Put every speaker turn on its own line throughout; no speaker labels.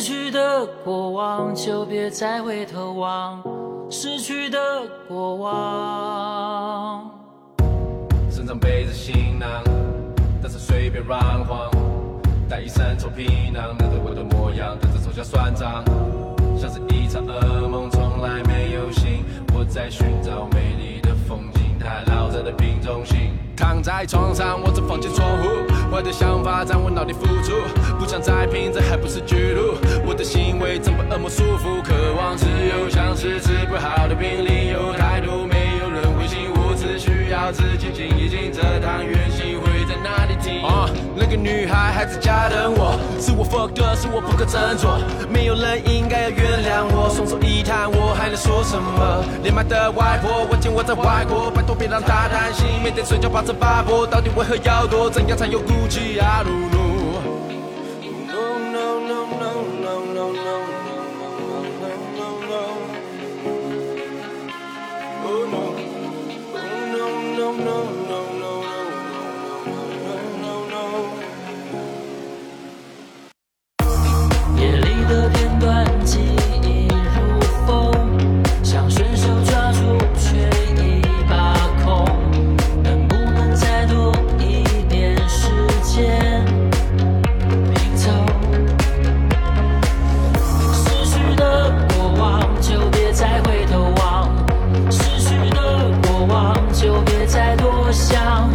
去的过往，就别再回头望。失去的过往。
身上背着行囊，但是随便乱晃。带一身臭皮囊，那是我的模样，但是手下算账。像是一场噩梦，从来没有醒。我在寻找美丽的风景，它绕在了瓶中心。躺在床上，我正房间窗户，坏的想法在我脑里浮出，不想再拼，这还不是巨鹿。我的行为正被恶魔束缚，渴望自由，像是治不好的病，理由态度没有人会信。我只需要自己静一静，这趟远行会在哪里停？啊、那个女孩还在家等我，是我 fuck 的，是我不够斟酌，没有人应该要原谅我，双手一摊，我还能说什么？年迈的外婆，我见我在外国，拜托别让她担心，每天睡觉抱着巴博，到底为何要躲？怎样才有骨气啊？鲁鲁。
夜里的片段记忆如风，想伸手抓住却已把控。能不能再多一点时间拼凑？失去的过往就别再回头望，失去的过往就别再多想，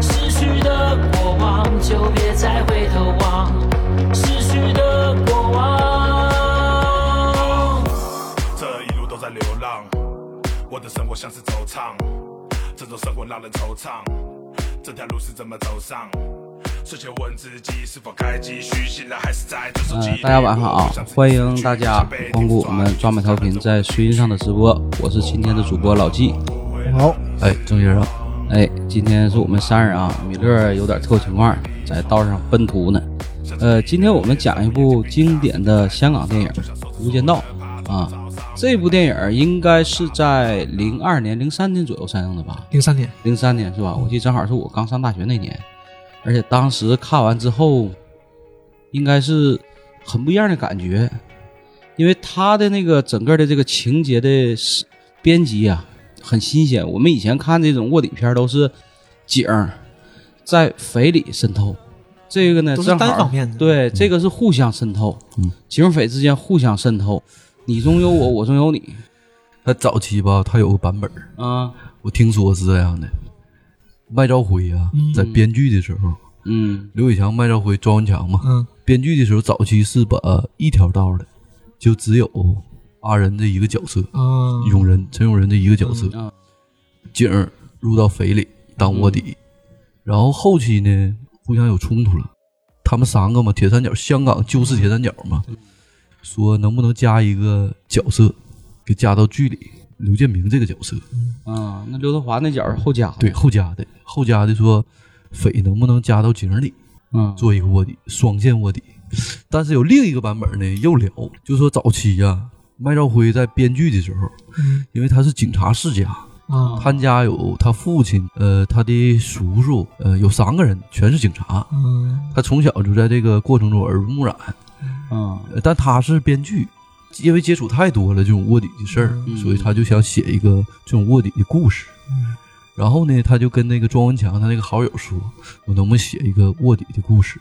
失去的过往就别再回头望，失去的过往。
这一路都在流浪，我的生活像是惆怅，这种生活让人惆怅，这条路是怎么走上？睡前问自己是否该继续，醒来还是在这手机
呃
里。，
大家晚上好，欢迎大家光顾我们抓马调频在眩晕上的直播，我是今天的主播老纪。
好，
哎，郑先生，哎，今天是我们三人啊，米勒有点特殊情况，在道上奔突呢。呃，今天我们讲一部经典的香港电影《无间道》啊，这部电影应该是在零二年、零三年左右上映的吧？
零三年，
零三年是吧？我记得正好是我刚上大学那年，而且当时看完之后，应该是很不一样的感觉，因为他的那个整个的这个情节的是编辑啊，很新鲜。我们以前看这种卧底片儿都是警儿在匪里渗透，这个呢
都是
正好
单方面的嗯
对，这个是互相渗透，警匪之间互相渗透，你中有我， 我中有你
他早期吧，他有个版本儿，
啊，
我听说是这样的。麦兆辉啊，在编剧的时候，
嗯
刘伟强、麦兆辉、庄文强嘛，
嗯，
编剧的时候，早期是把一条道的，就只有阿仁这一个角色，
嗯，
永仁陈永仁这一个角色，
啊
警儿入到匪里当卧底，然后后期呢互相有冲突了，他们三个嘛，铁三角，香港就是铁三角嘛，说能不能加一个角色，给加到剧里，刘建明这个角色，
啊，那刘德华那角儿后加的
对后加的，后加的说匪能不能加到警里
嗯，
做一个卧底，双线卧底，但是有另一个版本呢又聊，就说早期呀、麦兆辉在编剧的时候，因为他是警察世家。
啊，
他家有他父亲，呃，他的叔叔，呃，有三个人全是警察。
嗯，
他从小就在这个过程中耳濡目染，
嗯
呃但他是编剧，因为接触太多了这种卧底的事儿，
嗯
所以他就想写一个这种卧底的故事。然后呢，他就跟那个庄文强他那个好友说：“我能不能写一个卧底的故事？”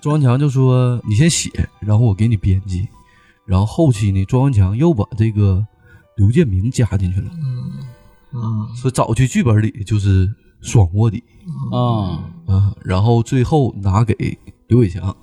庄文强就说：“你先写，然后我给你编辑。”然后后期呢，庄文强又把这个刘建明加进去了。
啊，
说早期剧本里就是双卧底
啊，
啊，然后最后拿给刘伟强，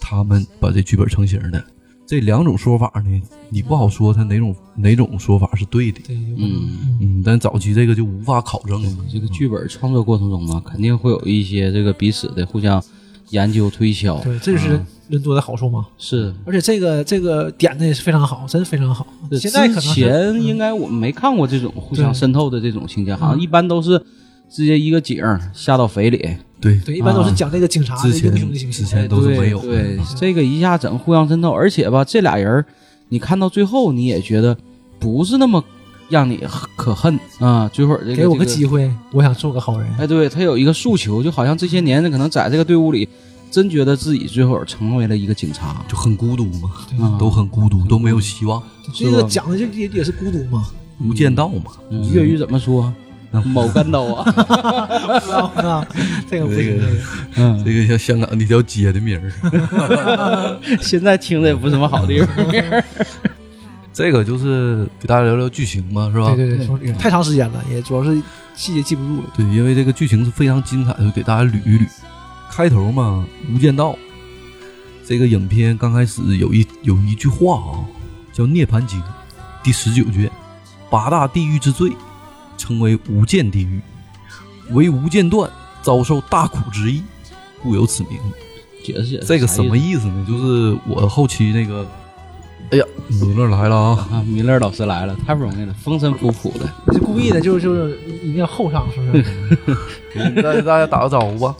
他们把这剧本成型的。这两种说法呢，你不好说他哪种哪种说法是对的，
对，
嗯，
嗯，但早期这个就无法考证了。
这个剧本创作过程中嘛，肯定会有一些这个彼此的互相研究推敲，
对，这就是人多的好处嘛。
是。
而且这个这个点子也是非常好，真非常好。现在
之
可能是嗯
前嗯应该我们没看过这种互相
对
渗透的这种情节，好像
嗯
一般都是直接一个警儿下到匪里，
对，
对，一般都是讲这个警察的
之前
英雄的形
之
象。
前都是没有的。
对，对这个一下整互相渗透，而且吧，这俩人儿你看到最后，你也觉得不是那么让你可恨啊。最后这个哎
给我
这
个机会，我想做个好人。
哎，对他有一个诉求，就好像这些年可能在这个队伍里，真觉得自己最后成为了一个警察，
就很孤独嘛，
嗯
都很孤独，都没有希望。
这个讲的就也也是孤独嘛，
无间道嘛，
嗯粤语怎么说？某干刀 啊，
不知道啊，这个不行，
嗯，
这个像香港的一条街的名儿。
现在听着也不是什么好地方。
这个就是给大家聊聊剧情嘛，是吧？
对对对，说太长时间了，也主要是细节记不住了。
对，因为这个剧情是非常精彩的，给大家捋一捋。开头嘛，《无间道》这个影片刚开始有一有一句话啊，叫《涅槃经》第十九卷，八大地狱之最，称为无间地狱，为无间断，遭受大苦之役，故有此名。
解释解释
这个什么
意
意思呢？就是我后期那个，哎呀，米勒来了啊！
思啊？米勒老师来了，太不容易了，风尘仆仆的。
是故意的，就是就是一定要后上，是不 是？
大大家打个招呼吧。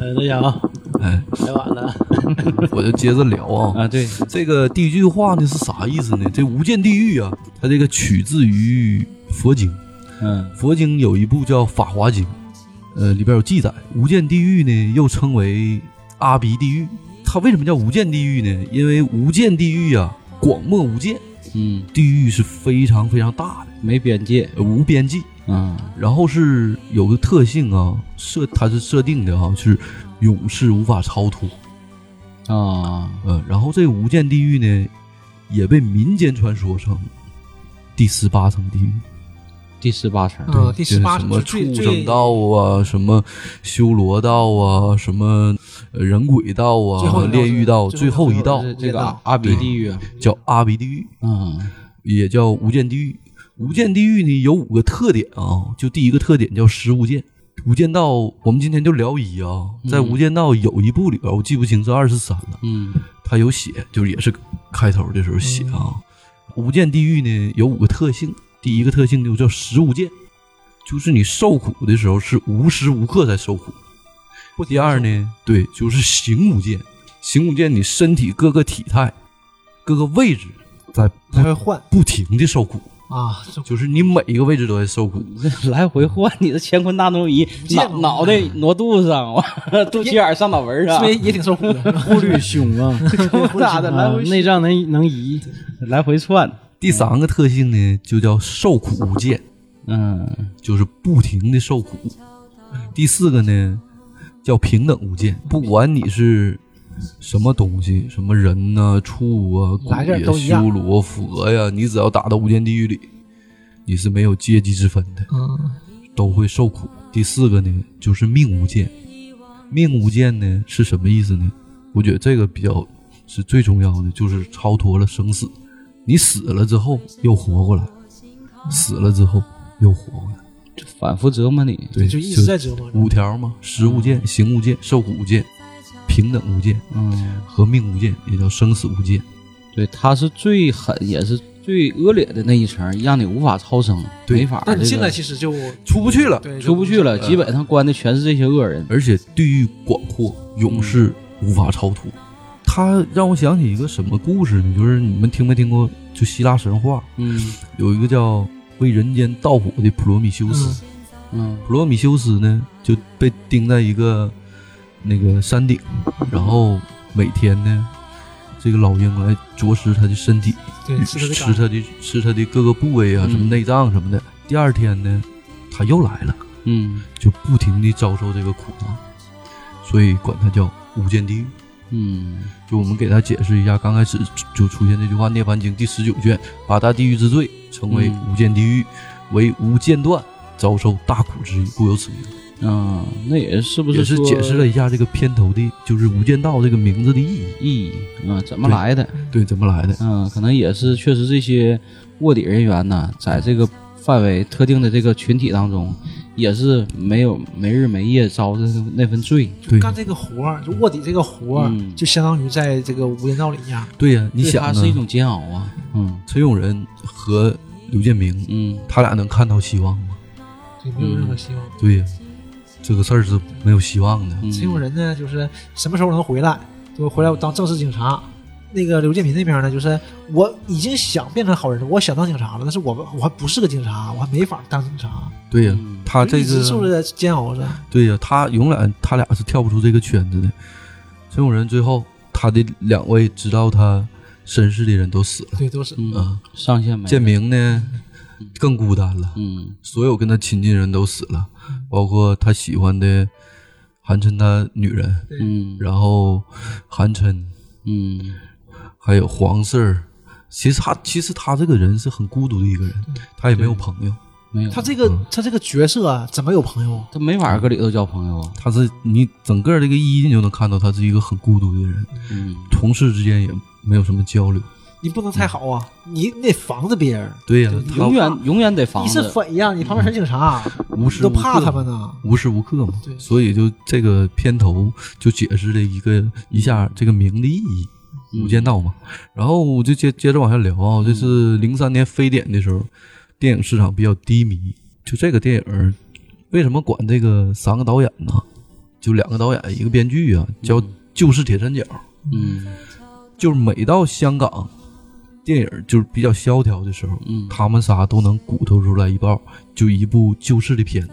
哎，大家啊，
哎，
来晚了，
我就接着聊啊。
啊，对，
这个第一句话呢是啥意思呢？这无间地狱啊，它这个取自于佛经，
嗯
佛经有一部叫《法华经》，呃，里边有记载，无间地狱呢又称为阿鼻地狱。它为什么叫无间地狱呢？因为无间地狱啊，广漠无间，
嗯，
地狱是非常非常大的，
没边界，
呃无边际。
嗯
然后是有个特性啊，设它是设定的啊，是永世无法超脱。
啊，
呃，然后这无间地狱呢，也被民间传说成第十八层地狱，
第十八层，
嗯，第
就是
十八
什么
是最
畜
最
生道啊，什么修罗道啊，什么呃人鬼道
最后
啊，
一道
炼狱道，
最
最
后
后
一
一
道
道
是
无间
这个
道
阿鼻地狱啊，
叫阿鼻地狱，
嗯
也叫无间地狱。无间地狱呢有五个特点啊，就第一个特点叫十无间。无间道，我们今天就聊一啊，在
嗯
无间道有一部里边，我记不清是二十三了，
嗯
他有写，就是也是开头的时候写啊。无间地狱呢有五个特性，第一个特性就叫十无间，就是你受苦的时候是无时无刻在受苦。
不
第二呢，对，就是行无间，行无间你身体各个体态、各个位置在不
来回换
不停的受苦，
啊，这
就是你每一个位置都在受苦。
这来回换你的乾坤大挪移，
见
脑
过
脑袋挪肚子上，我肚脐眼儿上脑门儿
是
上嗯
不，是也挺受苦的？
顾虑胸啊，
咋 的来
啊
回
内脏能能移，
来回窜，
第三个特性呢，就叫受苦无间，
嗯
就是不停的受苦。第四个呢，叫平等无间，不管你是什么东西，什么人呐、畜啊、
来这儿
鬼
都
呀、
一样
修罗、佛呀，你只要打到无间地狱里，你是没有阶级之分的，
嗯，
都会受苦。第四个呢，就是命无间，命无间呢是什么意思呢？我觉得这个比较是最重要的，就是超脱了生死，你死了之后又活过来，死了之后又活过来。
反复折磨你，
对，
就一直在折磨人。
五条嘛，食物界、行物界、受苦无界、平等无界
嗯，
和命无界，也叫生死无界。
对，他是最狠也是最恶劣的那一层，让你无法超生，
对
没法，
那你
这
进
个
来其实就
出不去了
对
出不去了，
嗯
基本上关的全是这些恶人，
而且地狱广阔，永世无法超脱。它嗯让我想起一个什么故事呢？就是你们听没听过？就希腊神话
嗯
有一个叫为人间盗火的普罗米修斯，
嗯
普罗米修斯呢就被钉在一个那个山顶，然后每天呢，这个老鹰来啄食他的身体，
对，吃
吃
他
它
的
的吃它的各个部位啊，
嗯
什么内脏什么的。第二天呢，它又来了，
嗯
就不停地遭受这个苦难，所以管它叫无间地狱。
嗯
就我们给它解释一下，刚开始就出现这句话，《涅槃经》第十九卷，八大地狱之最，称为
嗯
无间地狱，为无间断，遭受大苦之役，故有此名。
嗯，那也是不
也
是
是
说
解释了一下这个片头的，就是“无间道”这个名字的意义，
意义啊，怎么
对
来的？
对，怎么来的？
嗯，可能也是确实这些卧底人员呢，在这个范围特定的这个群体当中，也是没有没日没夜遭的那份罪。
对
干这个活儿，就卧底这个活儿，
嗯
就相当于在这个无间道里一样。
对呀、你
对
想
它
啊，
是一种煎熬啊。嗯
陈永仁和刘建明，
嗯，
他俩能看到希望吗？
对，没有任
嗯
何希望。
对呀，这个事儿是没有希望的。
嗯
这种人呢，就是什么时候能回来，就回来我当正式警察。那个刘建民那边呢，就是我已经想变成好人了，我想当警察了，但是我我还不是个警察，我还没法当警察，
对呀、
嗯
他这嗯
一直受
个，
着煎熬着。
对呀、他永远他俩是跳不出这个圈子的。这种人最后他的两位知道他身世的人都死了
对，都是
嗯，上线没了？
建明呢更孤单了，
嗯
所有跟他亲近人都死了，包括他喜欢的韩琛他女人，
嗯
然后韩琛
嗯
还有黄四儿。其实他其实他这个人是很孤独的一个人，
嗯
他也没有朋友，
没有
他这个
嗯
他这个角色啊怎么有朋友啊？
他没法搁里头交朋友啊。
他是你整个这个一你就能看到他是一个很孤独的人，
嗯
同事之间也没有什么交流。
你不能太好啊，你你得防着别人。
对呀、他
永远永远得防
你是
着，
反呀，你旁边全警察，
无时
都
无
怕
刻
他们呢。
无时无刻嘛
对，
所以就这个片头就解释了一个一下这个名的意义，《无间道》嘛。然后我就接接着往下聊啊，这是零三年非典的时候，电影市场比较低迷，就这个电影儿为什么管这个三个导演呢？就两个导演一个编剧啊，叫就是铁三角，
嗯
就是每到香港电影儿就是比较萧条的时候，
嗯，
他们仨都能鼓捣出来一部就一部救世的片子，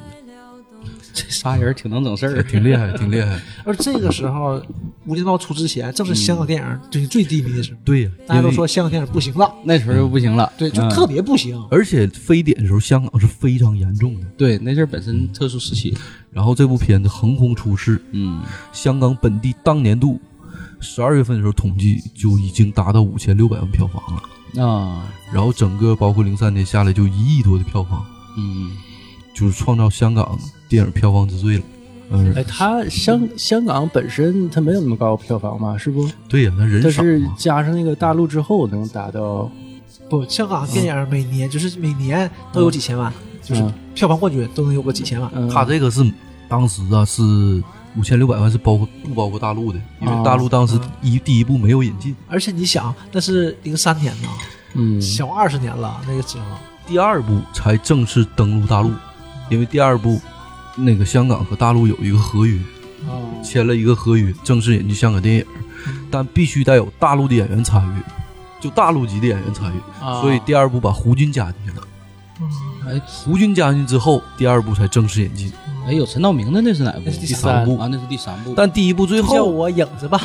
这仨人挺能整事儿，
挺厉害，挺厉害。
而这个时候，《无间道》出之前，正是香港电影最最低迷的时候。
对呀、
大家都
因为
说香港电影不行了，
那时候就不行了，
对，就
嗯
特别不行。
而且非典的时候，香港是非常严重的。
对，那阵儿本身特殊时期，
然后这部片子横空出世，
嗯
香港本地当年度十二月份的时候统计就已经达到五千六百万票房了。
啊
然后整个包括零三年下来就一亿多的票房，
嗯，
就是创造香港电影票房之最了。嗯，
哎，他香香港本身它没有那么高的票房嘛，是不？
对呀、那人
但
少
是
嘛，
加上那个大陆之后，能达到
不，香港电影每年就是每年都有几千万，就是票房冠军都能有个几千万。
嗯
他这个是当时啊是五千六百万是包括不包括大陆的，因为
哦
大陆当时一第一部没有引进，
而且你想，那是零三年呢，
嗯
小二十年了，那个时候。
第二部才正式登陆大陆，因为第二部那个香港和大陆有一个合约，
哦
签了一个合约，正式引进香港电影，但必须得有大陆的演员参与，就大陆级的演员参与，
啊
所以第二部把胡军加进去了。
哎
胡军加进去之后，第二部才正式引进，
哎，有陈道明的那是哪部？
那是第
三
部啊，那是第三部，
但第一部最
叫
后，
我影子吧，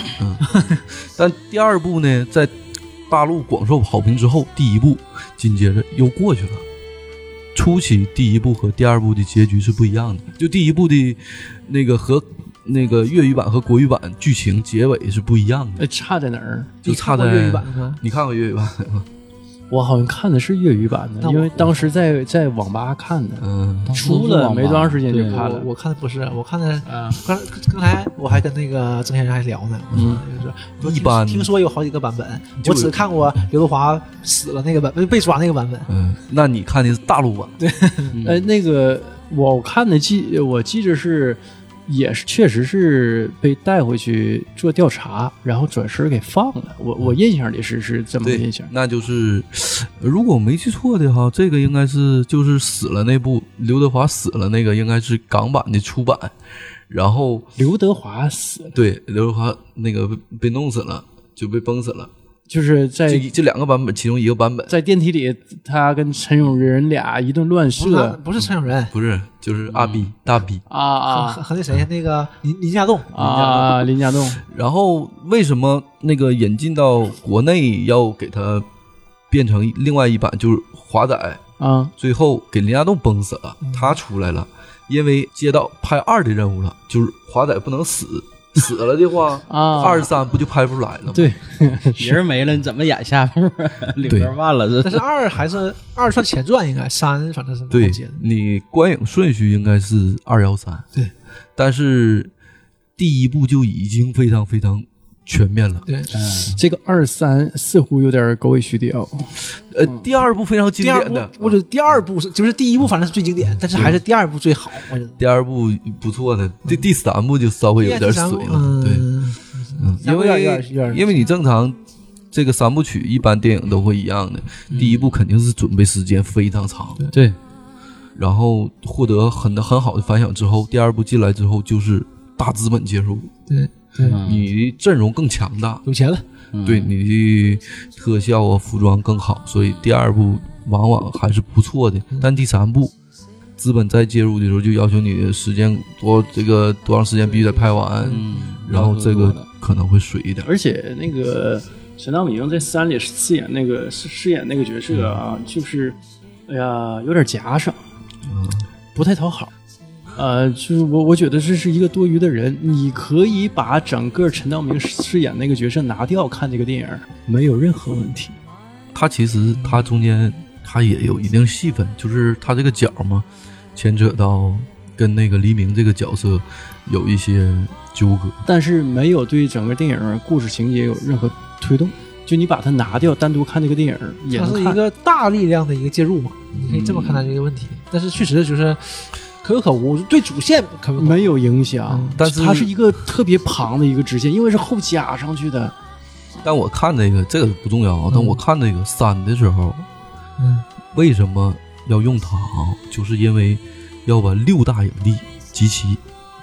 但第二部呢，在大陆广受好评之后，第一部紧接着又过去了。初期第一部和第二部的结局是不一样的，就第一部的那个和那个粤语版和国语版剧情结尾是不一样的，
哎差在哪儿？
就差
你看
在嗯
过粤语版的吗？
你看过粤语版的吗？
我好像看的是粤语版的，
但我
因为当时在在网吧看的，
嗯，
当时
出了没多长时间就
对
看
我
了。
我看的不是，我看的
啊，
刚刚才我还跟那个郑先生还聊呢，我说就是我
一
听
般
听说有好几个版本，
就
我只看过刘德华死了那个版，被被抓那个版本。
嗯，那你看的是大陆版，对，
哎，那个我看的记，我记着是，也是确实是被带回去做调查，然后转身给放了。我我印象里是是这么个印象。
嗯那就是，如果我没记错的哈，这个应该是就是死了那部刘德华死了那个应该是港版的出版，然后
刘德华死了，
对刘德华那个被被弄死了，就被崩死了，
就是在
这这两个版本其中一个版本
哎在电梯里，他跟陈永仁俩一顿乱
不是他
射
不是陈永仁，
不是
嗯
就是阿 B、大 B，
啊啊
和和那谁那个林林家栋，
啊！ 林家栋
然后为什么那个引进到国内要给它变成另外一版，就是华仔
啊，
最后给林家栋崩死了，
嗯
他出来了，因为接到拍二的任务了，就是华仔不能死，死了的话，
啊
二三不就拍不出来了吗？
对，
别人没了，你怎么演下部啊？里
对
边忘了这
但是二还是二算前传应该，三反正是
对
后接的。
你观影顺序应该是二幺三，
对，
但是第一部就已经非常非常全面了，
对，
这个二三似乎有点狗尾续貂。
呃，第二部非常经
第二
典
部
的，
我觉得嗯第二部是就是第一部反正是最经
嗯
典，但是还是第二部最好，我觉得。
第二部不错的，第第三部就稍微有点水了，对。
嗯，
因
有点有点有
为
点
因为你正常这个三部曲一般电影都会一样的，
嗯
第一部肯定是准备时间非常长，
对，
然后获得很很好的反响之后，第二部进来之后就是大资本介入，
对，
你的阵容更强大，
有钱了，
对你的特效啊服装更好，所以第二部往往还是不错的，但第三部。资本再介入的时候，就要求你的时间多，这个多长时间必须得拍完，
嗯
然后这
要喝
个
多了
可能会水一点。
而且那个陈道明在三里饰演那个饰饰演那个角色啊，就是哎呀，有点夹生，不太讨好。嗯呃，就是我我觉得这是一个多余的人，你可以把整个陈道明饰演那个角色拿掉看这个电影，没有任何问题。
他其实他中间他也有一定戏份，就是他这个角嘛，牵扯到跟那个黎明这个角色有一些纠葛。
但是没有对整个电影故事情节有任何推动。就你把它拿掉，单独看这个电影也
它
能
是一
看。
个大力量的一个介入嘛，你可以这么看待这个问题。
嗯
但是确实就是可有可无，对主线可有可无
没有影响
嗯，
但是
它是一个特别庞的一个支线，因为是后加上去的。
但我看这个这个不重要啊，但我看这个三的时候，
嗯，
为什么要用它啊？就是因为要把六大影帝集齐，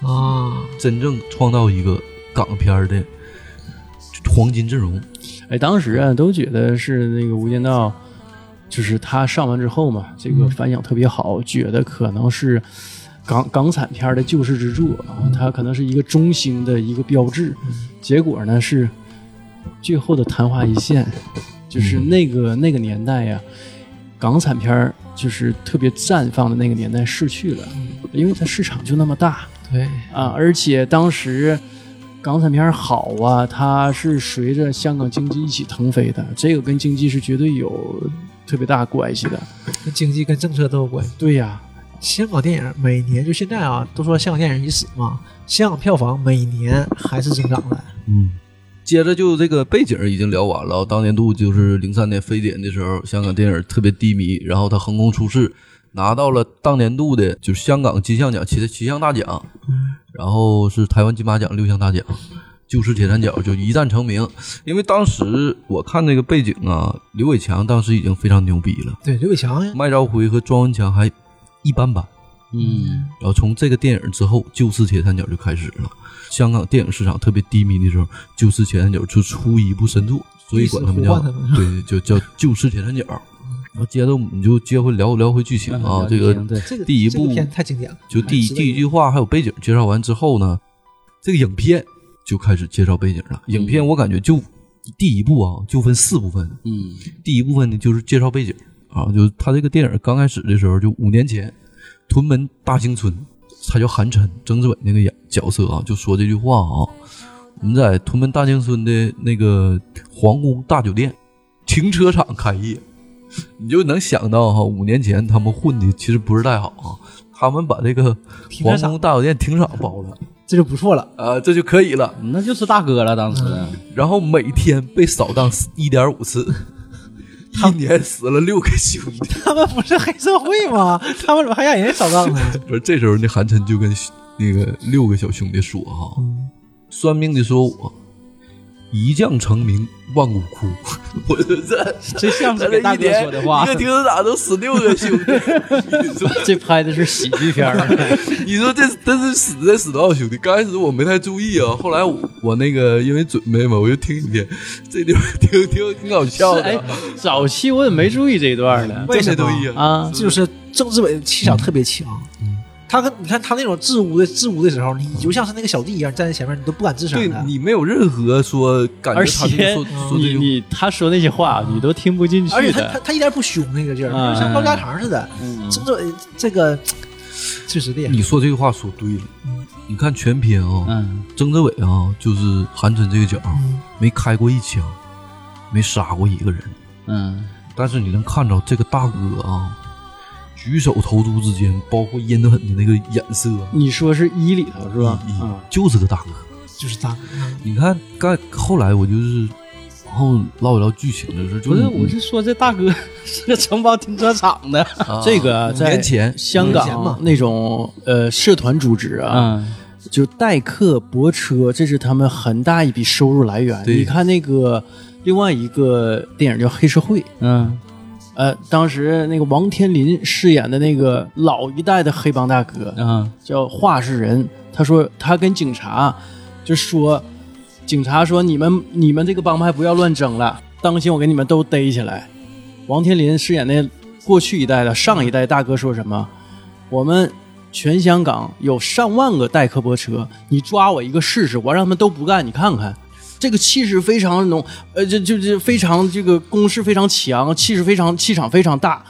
啊，
真正创造一个港片儿的黄金阵容。
哎，当时啊都觉得是那个《无间道》，就是他上完之后嘛，这个反响特别好，觉得可能是港港产片的救世之作啊，它可能是一个中兴的一个标志。结果呢是最后的昙花一现，就是那个、那个年代呀、港产片儿就是特别绽放的那个年代逝去了，因为它市场就那么大。
对，
啊，而且当时港产片好啊，它是随着香港经济一起腾飞的，这个跟经济是绝对有特别大关系的。
跟经济跟政策都有关系。
对呀、
香港电影每年就现在啊，都说香港电影已死嘛，香港票房每年还是增长的。
嗯，接着就这个背景已经聊完了。当年度就是零三年非典的时候，香港电影特别低迷，然后他横空出世，拿到了当年度的就是香港金像奖七七项大奖，然后是台湾金马奖六项大奖，就是铁三角就一战成名。因为当时我看那个背景啊，刘伟强当时已经非常牛逼了，
对，刘伟强呀，
麦兆辉和庄文强还一般般。
嗯，
然后从这个电影之后，就是铁三角就开始了。香港电影市场特别低迷的时候，就是铁三角就出一部神作，所以管他们叫
一时呼唤他
对，就叫就是铁三角。然后接着我们就接回聊聊回剧情啊，这个
这个
第一
这
部
个片太经典了，
就第一
值得
第一句话还有背景介绍完之后呢，这个影片就开始介绍背景了。影片我感觉就第一部啊，就分四部分。
嗯，
第一部分呢就是介绍背景啊，就是他这个电影刚开始的时候，就五年前屯门大兴村，他叫韩琛，曾志伟那个演角色啊，就说这句话啊，我们在屯门大兴村的那个皇宫大酒店停车场开业，你就能想到哈、五年前他们混的其实不是太好啊，他们把这个
停车
皇
场
宫大酒店停场包了，
这就不错了。
啊，这就可以了。
那就是大哥了，当时
然后每天被扫荡一点五次，一年死了六个兄弟。
他们不是黑社会吗？他们怎么还让人扫荡呢？
不是这时候那韩琛就跟那个六个小兄弟说哈、
嗯
算命的说我一将成名万骨枯， 我说这
这像
这
是
这
给
一
大哥
年
说的话
一个。停车场都死六个兄 弟，你说
这拍的是喜剧片儿，
你说这这是死这死多少兄弟？刚开始我没太注意啊，后来我我那个因为准备嘛，我就听几天，这地方挺挺挺搞笑
哎
的，，
早期我怎么没注意这一段呢？
这没注意啊。
啊，
这 就是郑志伟的气场特别强。他跟你看他那种自污的自污的时候，你就像是那个小弟一样站在前面，你都不敢吱声
对
的。
你没有任何说感觉
而
他就
且
说说这
你
句
你他说那些话，你都听不进
而且
去
他他
的。
他一点也不凶那个劲儿，
嗯
就像唠家常似的。郑志伟这个确实厉害，
哎你说这个话说对了。你看全篇啊，
嗯，
曾志伟啊，就是韩琛这个角儿，没开过一枪，没杀过一个人，
嗯，
但是你能看着这个大哥啊，举手投足之间，包括阴狠的那个眼色，
嗯
你说是一里头是吧？啊，
就是个大哥。
就是他。
你看，刚后来我就是，然后唠一唠剧情的事，就
不是，
你
我是说这大哥 是个承包停车场的，
啊
这个
五
在
年前
香
五年前嘛
港那种呃社团组织啊，
嗯，
就代客泊车，这是他们很大一笔收入来源。
对
你看那个另外一个电影叫《黑社会》，
嗯，
呃，当时那个王天林饰演的那个老一代的黑帮大哥
嗯，
叫华世仁，他说他跟警察就说，警察说你们你们这个帮派不要乱争了，当心我给你们都逮起来。王天林饰演那过去一代的上一代大哥说什么？我们全香港有上万个代客泊车，你抓我一个试试，我让他们都不干，你看看。这个气势非常浓，呃，这就这非常这个攻势非常强，气势非常气场非常大，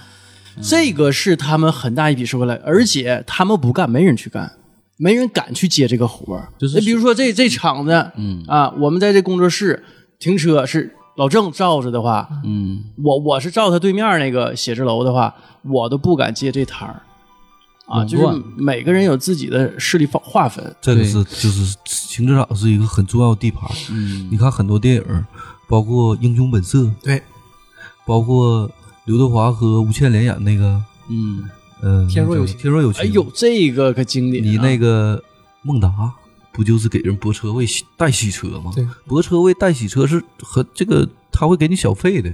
这个是他们很大一笔收入来，而且他们不干，没人去干，没人敢去接这个活儿。
就是
你比如说这这厂子，嗯啊，我们在这工作室停车是老郑罩着的话，
嗯，
我我是照他对面那个写字楼的话，我都不敢接这摊儿。啊，
垄
就是
断
每个人有自己的势力划划分，
这个是就是停车场是一个很重要的地盘。嗯，你看很多电影，包括《英雄本色》，
对，
包括刘德华和吴倩莲演那个，
嗯，
嗯，
天若有情
情，天若有情，
哎呦，这个可经典、啊。
你那个孟达不就是给人泊车位洗代洗车吗？
对，
泊车位代洗车是和这个他会给你小费的，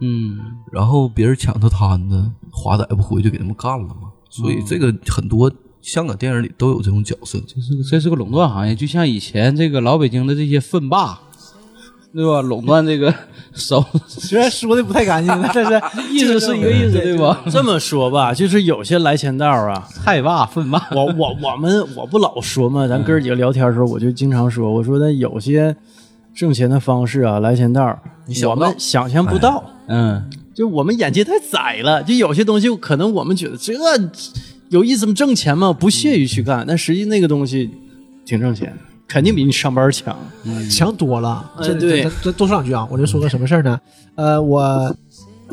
嗯，
然后别人抢他摊子，华仔不回去给他们干了吗？所
嗯
以这个很多香港电影里都有这种角色，
这是个这是个垄断行业，就像以前这个老北京的这些粪霸，对吧？垄断这个手，
虽然说的不太干净，但是
意思是一个意思，对吧？
这么说吧，就是有些来钱道 啊，
菜霸、粪霸，
我 我我们我不老说嘛，咱哥儿几个聊天的时候，我就经常说，我说的有些挣钱的方式啊，来钱道儿，
想
我
不到
们想象不到，
嗯，
就我们眼界太窄了，就有些东西可能我们觉得这有意思吗？挣钱吗？不屑于去干，但实际那个东西挺挣钱，肯定比你上班强。
强多了。
哎
这
对
咱咱多说两句啊，我就说个什么事儿呢？呃，我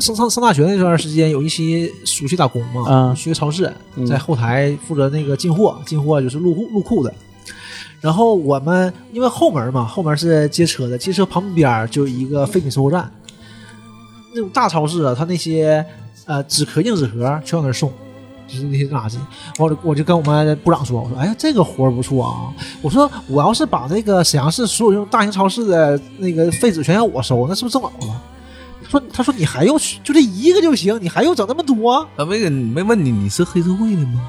上上上大学那段时间有一期暑期打工嘛，
啊
去个超市
嗯，
在后台负责那个进货，进货就是入库入库的。然后我们因为后门嘛，后门是接车的，接车旁边儿就有一个废品收购站。那种大超市啊，它那些呃纸壳、硬纸壳全往那儿送，就是那些垃圾。我就我就跟我们部长说，我说哎呀，这个活儿不错啊。我说我要是把那个沈阳市所有这种大型超市的那个废纸全让我收，那是不是挣老了？他说他说你还要就这一个就行，你还要整那么多？
他没给没问你你是黑社会的吗？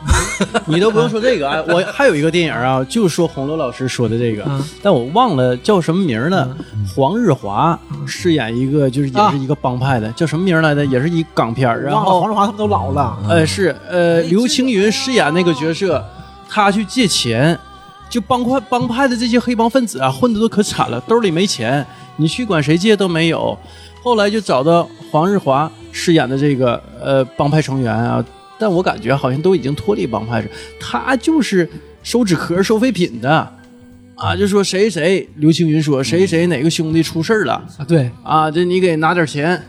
你都不用说这个啊，我还有一个电影啊，就说红楼老师说的这个，
嗯
但我忘了叫什么名儿了。黄日华饰演一个，就是也
啊
是一个帮派的，叫什么名儿来着？也是一港片儿。然
忘了
后
黄日华他们都老了，
呃是呃
哎
刘
这
青云饰演那个角色，他去借钱，就帮派帮派的这些黑帮分子啊，混的都可惨了，兜里没钱，你去管谁借都没有。后来就找到黄日华饰演的这个呃帮派成员啊，但我感觉好像都已经脱离帮派了，他就是收纸壳、收废品的。啊，就说谁谁，刘青云说谁谁哪个兄弟出事儿了，
嗯啊对，
啊，这你给拿点钱。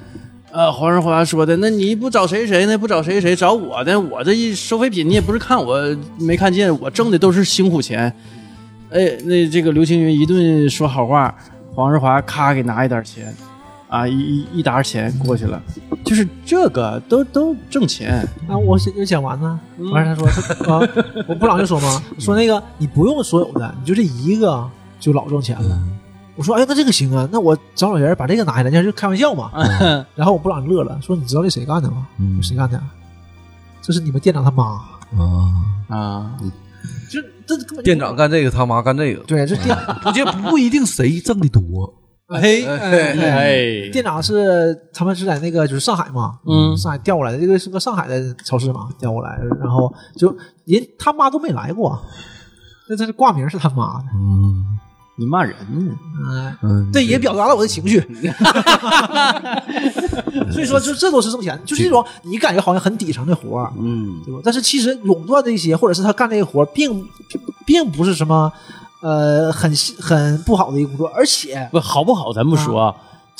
呃，黄日华说的，那你不找谁谁呢？不找谁谁，找我的。我这一收废品，你也不是看我没看见，我挣的都是辛苦钱。哎，那这个刘青云一顿说好话，黄日华咔给拿一点钱，啊，一一一沓钱过去了，就是这个都都挣 钱，
啊，我先就讲完呢。完事儿他说他 啊，我部长就说嘛，说那个你不用所有的，你就这一个就老挣钱了。我说哎，那这个行啊，那我找找人把这个拿下来，那就开玩笑嘛。然后我部长乐了，说你知道这谁干的吗？
嗯
谁干的啊？这是你们店长他妈。
啊，
啊，
这这根本就
店长干这个，他妈干这个，
对，这 店
不见不一定谁挣的多。
哎
嗯哎店长是他们是在那个就是上海嘛，
嗯
上海调过来的，这个是个上海的超市嘛，调过来，然后就人他妈都没来过，那他这挂名是他妈的，
嗯
你骂人呢？
嗯，
哎
嗯，
这也表达了我的情 绪， 所以说就这都是挣钱，就是这种你感觉好像很底层的活儿，
嗯，
对吧？但是其实垄断这些，或者是他干这个活儿，并并并不是什么呃很很不好的一个工作，而且
不好不好，咱不说，啊、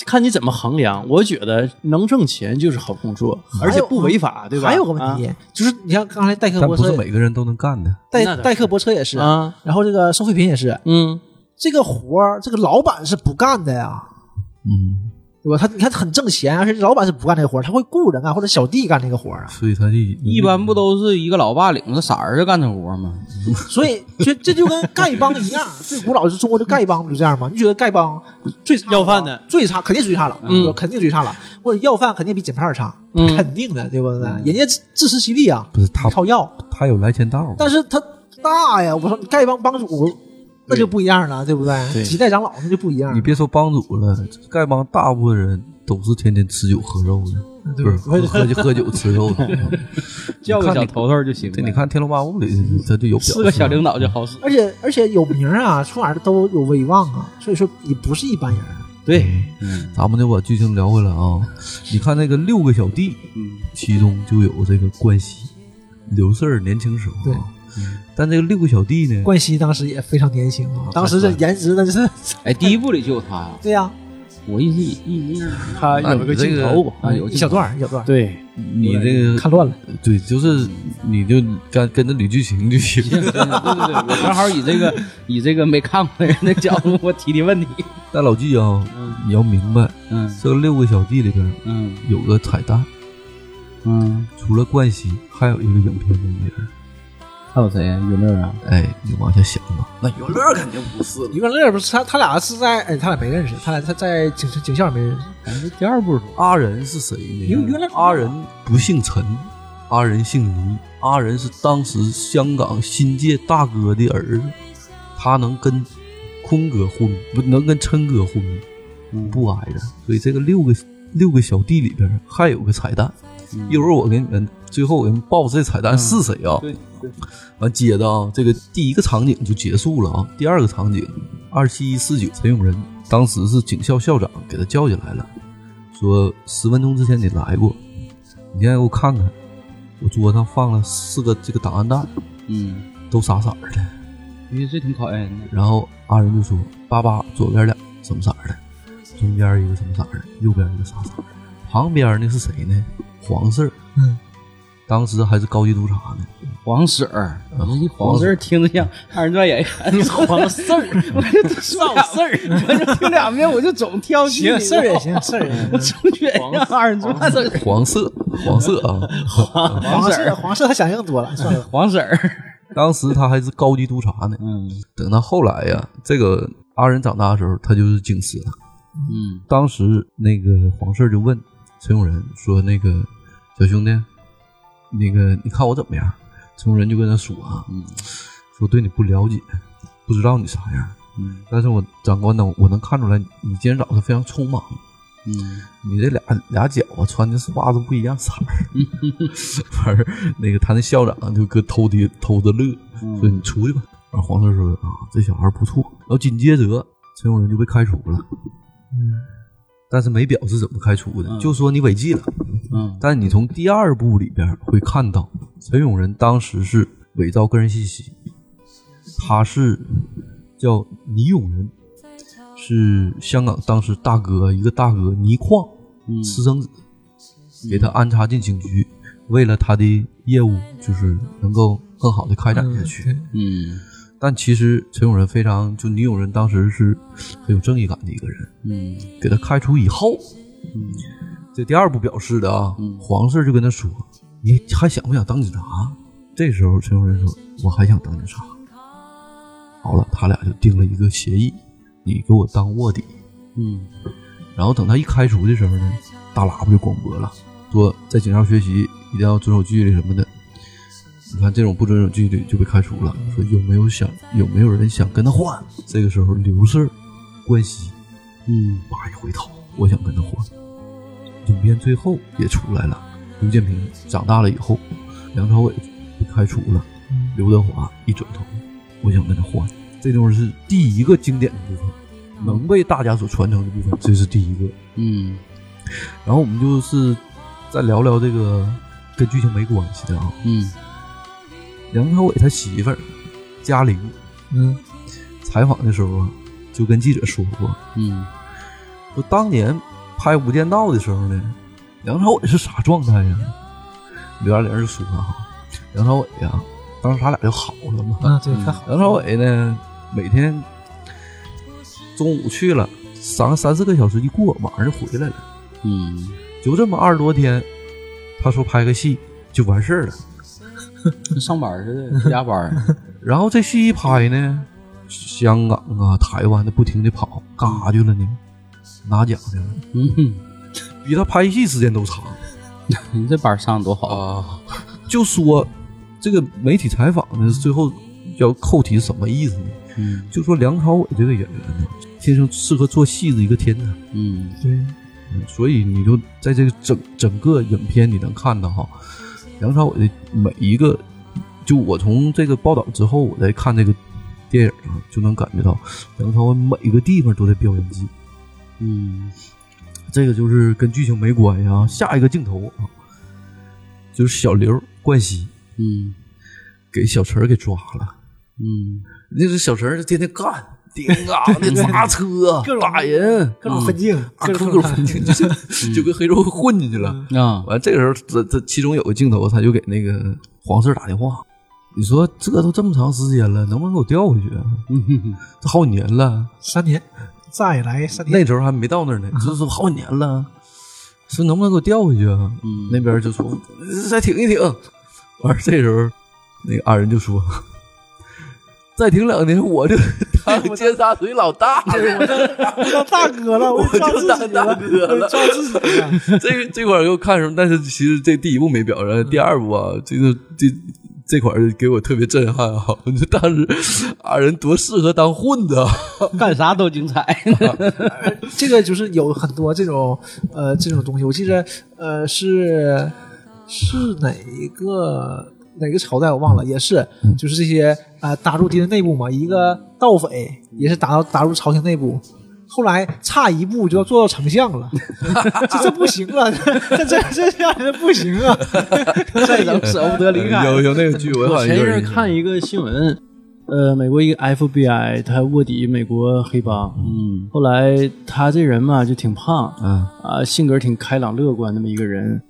看你怎么衡量。我觉得能挣钱就是好工作，而且不违法，对吧？啊
还有个问题，就是你像刚才代客
但
泊
不是
车，
每个人都能干的。
代
那倒是
代客泊车也是
啊，啊，
然后这个收废品也是，
嗯，
这个活儿这个老板是不干的呀，
嗯，
对吧？他你看很挣钱，啊而且老板是不干这个活儿，他会雇人干啊或者小弟干这个活儿啊，
所以他就一
一般不都是一个老爸领着傻儿子干这活吗？
所以这 这就跟丐帮一样，最古老是中国的丐帮不就这样吗？你觉得丐帮最差
要饭的
最差肯定是最差了，
嗯
对吧肯定是最差了，或者要饭肯定比捡炮差，
嗯
肯定的，对不对？人家自自食其力啊，
不是他，
靠药。
他有来钱道儿。
但是他大呀，我说丐帮帮主那就不一样了，对不对？
对
几代长老那就不一样了。
你别说帮主了，丐帮大部分人都是天天吃酒喝肉的，不是喝喝酒喝酒吃肉 的。
叫个小头头就行
对，
了。
你看《天龙八部》里他就有表
四个小
示
领导就好使。
而且而且有名儿啊，出哪儿都有威望啊，所以说也不是一般人。
对，
咱们就把剧情聊回来啊。你看那个六个小弟，
嗯，
其中就有这个关西，刘四儿年轻时候啊。但这个六个小弟呢，
冠希当时也非常年轻啊，当时这颜值那就是，
哎，第一部里就有他，
对呀、
我一直以印象
他有一个镜头，
啊有
一小段儿一小段儿，
对，
你这个
看乱了。
对，就是你就跟跟着捋剧情就行。
对对对，我正好以这个以这个没看过的人的角度，我提提问题。
但老纪啊，你要明白，
嗯
这六个小弟里边
嗯
有个彩蛋，
嗯，
除了冠希，还有一个影片中的人。
还有谁呀？有没有啊？
哎，你往下想吧。那有乐肯定
余文乐不是他，他俩是在哎，他俩没认识，他俩他在警警校没认识。
第二部
阿仁是谁
原原
呢
来？
阿仁不姓陈，阿仁姓倪，阿仁是当时香港新界大哥的儿子，他能跟坤哥混，不能跟琛哥混，不挨着。所以这个六个六个小弟里边还有个彩蛋，一会儿我给你们最后我给你们报这彩蛋是谁啊？
对对，
完接着啊，这个第一个场景就结束了啊。第二个场景，二七四九陈永仁当时是警校校长给他叫进来了，说十分钟之前你来过，你现在给我看看，我桌上放了四个这个档案袋，
嗯，
都啥色儿的。
因为这挺考验哎人的。
然后阿仁就说：“八八左边俩什么色儿的，中间一个什么色儿的，右边一个啥色儿的，旁边呢是谁呢？黄色儿。
嗯，
当时还是高级督察呢。
黄婶儿，
黄
啊黄
婶
婶儿听着像二人转演员。黄婶儿，我就说俩事儿，我就听两遍，我就总挑戏。
事儿也哎行，事儿也
我
行。
总觉得像二人转的
黄色，黄色 啊！
黄
黄婶
色
儿，
黄色他想象多了，算了。
黄婶儿，
当时他还是高级督察呢。
嗯
等到后来呀，这个阿仁长大的时候，他就是警司了。
嗯
当时那个黄四就问陈永仁说：“那个小兄弟，那个你看我怎么样？”陈永仁就跟他说啊：“
嗯
说对你不了解，不知道你啥样，
嗯
但是我长官呢，我能看出来你你今天早上非常匆忙，
嗯
你这俩俩脚啊穿的是袜子不一样色儿。完事儿那个他那校长就搁偷的偷着乐，
嗯
说你出去吧。完黄四说啊，这小孩不错。然后紧接着陈永仁就被开除了，但是没表示怎么开除的，
嗯
就说你违纪了。
嗯
但你从第二部里边会看到，陈永仁当时是伪造个人信息，他是叫倪永仁，是香港当时大哥一个大哥倪匡
嗯
私生子，给他安插进警局，为了他的业务就是能够更好的开展下去。
嗯
但其实陈永仁非常就倪永仁当时是很有正义感的一个人，
嗯
给他开除以后，这第二步表示的啊，
嗯
黄四就跟他说：“你还想不想当警察？”这时候陈永仁说：“我还想当警察。”好了，他俩就定了一个协议，你给我当卧底。
嗯
然后等他一开除的时候呢，大喇叭就广播了，说在警校学习一定要遵守纪律什么的。你看这种不遵守纪律就被开除了。说有没有想有没有人想跟他换？这个时候刘四儿、关西
嗯
妈一回头，我想跟他混。影片最后也出来了，刘建平长大了以后，梁朝伟被开除了，刘德华一转头，我想跟他换。这就是第一个经典的部分，能被大家所传承的部分，这是第一个。
嗯
然后我们就是再聊聊这个跟剧情没关系的啊，
嗯
梁朝伟他媳妇儿嘉玲
嗯，
采访的时候啊，就跟记者说过，
嗯
说当年拍《无间道》的时候呢，梁朝伟是啥状态呀？刘嘉玲就说哈、梁朝伟呀、当时他俩就好了嘛。
啊，对，太好了。
梁朝伟呢，每天中午去了，三三四个小时一过，晚上就回来了，
嗯
就这么二十多天。他说拍个戏就完事儿了，
跟上班似的，不加班 儿。
然后这戏一拍呢，香港啊、台湾的不停的跑，干啥去了呢？拿奖去了，
嗯，
比他拍戏时间都长。
你这班儿上得多好。
啊，就说这个媒体采访呢，最后要扣题什么意思呢？
嗯
就说梁朝伟这个演员呢，天生适合做戏的一个天才，
嗯
对，
嗯所以你就在这个整整个影片你能看到哈，梁朝伟的每一个，就我从这个报道之后，我在看这个电影啊，就能感觉到梁朝伟每一个地方都在飙演技，
嗯
这个就是跟剧情没关系啊。下一个镜头啊，就是小刘冠希
嗯
给小陈儿给抓了。
嗯，
那是小陈儿天天干 盯啊，那砸车、啊
各种
打人，
各种分镜，
啊，
各
各
种
种分镜，就是就跟黑社会混进去了。
啊，
完，这个时候这这其中有个镜头，他就给那个黄四儿打电话，你说这都这么长时间了，能不能给我调回去啊？这好几年了，
三年，乍一来三年，
那时候还没到那儿呢，就是说好几年了，说能不能给我调回去啊？
嗯
那边就说再停一停，完事儿这时候那个二人就说。再停两年，我 就当尖沙咀老大了。
我当大哥了，我
我就
照自己
当大
了，
哥了
我照自己了。
这个这块儿给我看什么？但是其实这第一部没表现，第二部啊，这个这这块儿给我特别震撼啊！ 我就当时二人多适合当混子啊，
干啥都精彩。
这个就是有很多这种呃这种东西。我记得呃是是哪一个哪个朝代我忘了，也是就是这些呃打入敌人内部嘛，一个盗匪也是打到打入朝廷内部。后来差一步就要做到丞相了，这这不行了，这这这这样人不行 啊！
再等舍不得离开。
呃有有那个剧，我好
我
像
前一
有
阵
点
看一个新闻，呃，美国一个 FBI 他卧底美国黑帮，
嗯
后来他这人嘛就挺胖
啊，
啊，性格挺开朗乐观那么一个人，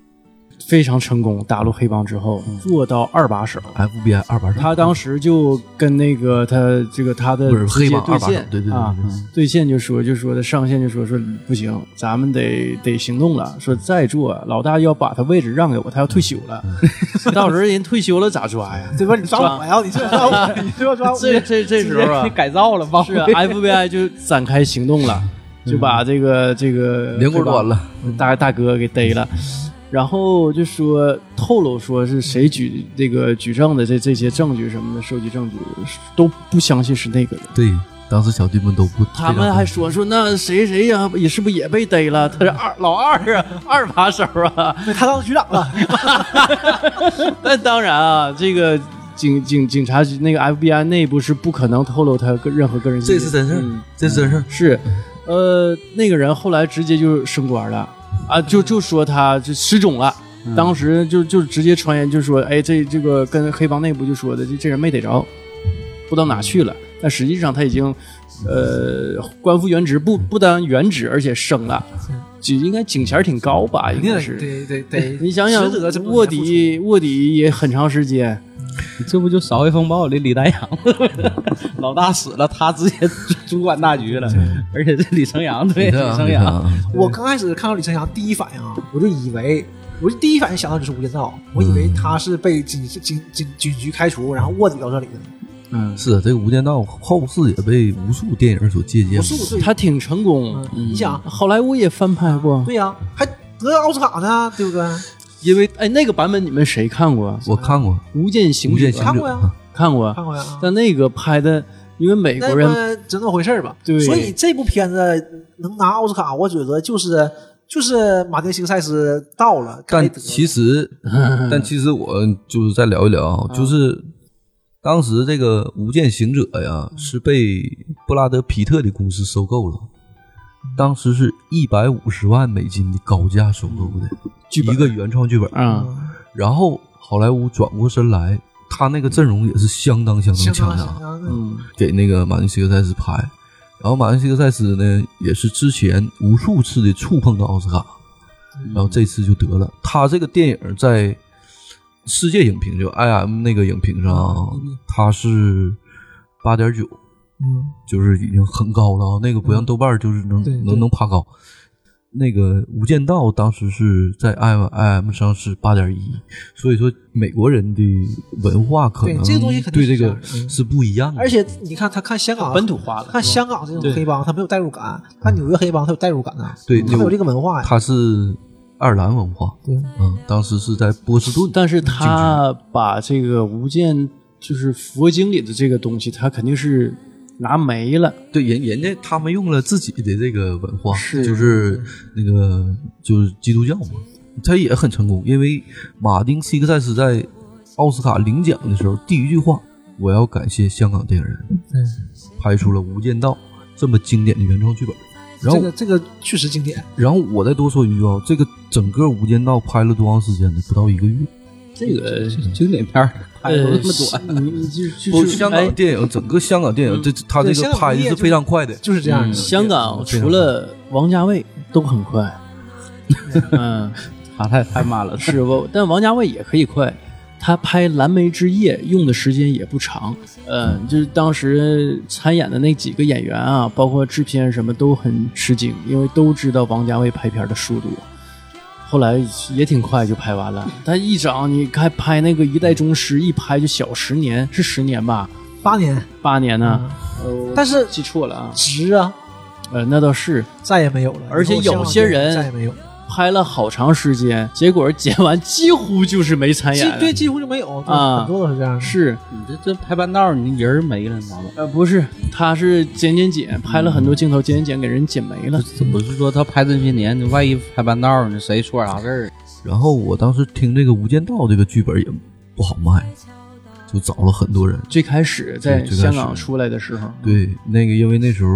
非常成功打入黑帮之后
嗯
做到二把手。
FBI 二把手，
他当时就跟那个他这个他的
不是黑帮二把
直接对
手
线，
对对对
啊
对，
对线就说就说的上线就说说不行，咱们得得行动了，说再做老大要把他位置让给我，他要退休了，
嗯
到时候人退休了咋抓呀？
对吧？你抓我呀！你这抓我，你这抓我，
这这这时候 啊，
改造了吧？
是啊 FBI 就展开行动了，就把这个这个
连锅端了，
对吧大大哥给逮了。然后就说透露说是谁举这个举证的这这些证据什么的，收集证据都不相信是那个人。
对，当时小弟们都不，
他们还说说那谁谁呀、也是不是也被逮了？ 他是二老二啊， 二把手啊。
他当局长 了，
但当然啊，这个警警警察局那个 FBI 内部是不可能透露他个任何个人信
这
息。
是真事儿
嗯，
这是真事儿，
是，呃，那个人后来直接就升官了，啊，
嗯
就就说他就失踪了。当时就就直接传言就说，哎，这这个跟黑帮内部就说的，这这人没逮着，不知道
嗯
哪去了。但实际上他已经，呃，官复原职，不不单原职，而且升了，就应该警衔儿挺高吧，应
嗯肯定
该
得
是。
得得得，
你想想
实则这，么多
卧
年付出
底卧底也很长时间，
这不就《少爷风暴》里李丹阳吗 老大死了，他直接主管大局了，而且这李成阳对
你
李
看啊
成
你看
阳，
啊，
嗯
我刚开始看到李晨阳，第一反应啊，我就以为，我就第一反应想到就是无间道，
嗯
我以为他是被警警警警局开除，然后卧底到这里的，
嗯，
是啊这个《无间道》后世也被无数电影所借鉴
不，是我对
他嗯挺成功。
你想，
好莱坞也翻拍过，
对呀、还得了奥斯卡呢，对不对？
因为哎，那个版本你们谁看过？
我看过
《无间
《
行
无
者
间》行
看
者
过呀》
啊，
看过，
看过 呀啊
但那个拍的，因为美
那
国人
么就那么回事儿吧。
对
所以这部片子能拿奥斯卡，我觉得就是就是马丁·辛塞斯到了，该
但
得
其实， 但其实我就是再聊一聊啊，就是当时这个《无间行者》呀，是被布拉德皮特的公司收购了，当时是一百五十万美金的高价收购的
剧本
一个原创剧本，嗯
啊，
然后好莱坞转过身来，他那个阵容也是相当相当
相
强
当
大
相，当的
嗯
给那个马丁·西克塞斯拍，然后马丁·西克塞斯呢，也是之前无数次的触碰到奥斯卡，然
嗯
后这次就得了。他这个电影在世界影评就 IM 那个影评上啊，他是八点九，
嗯，
就是已经很高了啊。那个不像豆瓣儿就是能、
对对
能能爬高。那个《无间道》当时是在 IM IM 上是八点一，所以说美国人的文化可
对
能
这个东西肯定
对这
是这
个
样的嗯
是不一样的。
而且你看他看香港
本土化了
嗯
看香港这种黑帮，他没有代入感；看纽约黑帮，他有代入感啊，
对
他有这个文化呀。
他是爱尔兰文化，
对
嗯，当时是在波士顿，
但是他把这个无间就是佛经里的这个东西，他肯定是拿没了，
对人人家他们用了自己的这个文化，
是
就是那个就是基督教嘛，他也很成功，因为马丁·西克塞斯在奥斯卡领奖的时候，第一句话我要感谢香港电影人，
嗯
拍出了《无间道》这么经典的原创剧本。然后
这个这个确实经典，
然后我再多说一句啊，这个整个《无间道》拍了多长时间呢？不到一个月。
这个经典片儿拍的
呃
那么短，，
你你就
不，
就是
香
哎
港电影整个香港电影，这他
嗯对
这
香
个
港
拍的
电
是
影
非常快的。
就是这样的。
香港除了王家卫都很快，嗯，
啊他太太慢了。
是不？但王家卫也可以快，他拍《蓝莓之夜》用的时间也不长，呃，就是当时参演的那几个演员啊，包括制片什么都很吃惊，因为都知道王家卫拍片的速度。后来也挺快就拍完了，他一整你看拍那个《一代宗师》，一拍就小十年，是十年吧？
八年
八年呢、
嗯
呃
但是
记错了啊，
值啊，
呃，那倒是
再也没有了。
而且
以后香港
有些
电影
人
再也没有，
拍了好长时间，结果剪完几乎就是没参
几
演。
对几乎就没有，
哎啊
很多都是这样的。
是，
你这这拍半道，你人儿没了，你知道吧？
呃，不是，他是剪剪剪，拍了很多镜头，剪剪剪给人剪没了。
这不是说他拍这些年，你万一拍半道儿，你谁说啥事儿？
然后我当时听这个《无间道》这个剧本也不好卖，就找了很多人。
最开始在
对最开
香港
始
出来的时候，
对，那个因为那时候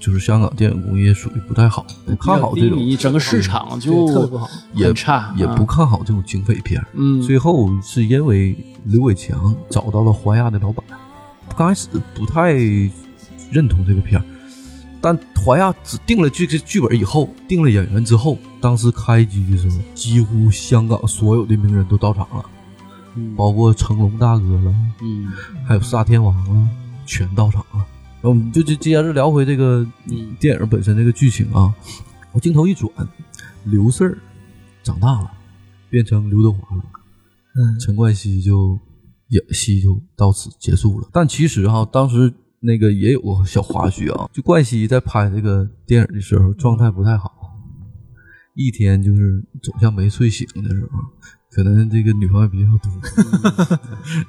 就是香港电影工业属于不太好，不看好这种，嗯
你整个市场
对特别不
就
好，
也
很差，
也
啊
不看好这种警匪片儿。
嗯，
最后是因为刘伟强找到了华亚的老板，刚开始不太认同这个片儿，但华亚只定了这个剧本以后，定了演员之后，当时开机的时候，几乎香港所有的名人都到场了，包括成龙大哥了，
嗯，
还有沙天王啊，全到场了。然后我们就就接着聊回这个电影本身这个剧情啊。我镜头一转，刘四儿长大了，变成刘德华了。
嗯，
陈冠希就演戏就到此结束了。但其实哈、当时那个也有个小花絮啊，就冠希在拍这个电影的时候状态不太好，一天就是总像没睡醒的时候，可能这个女朋友比较多。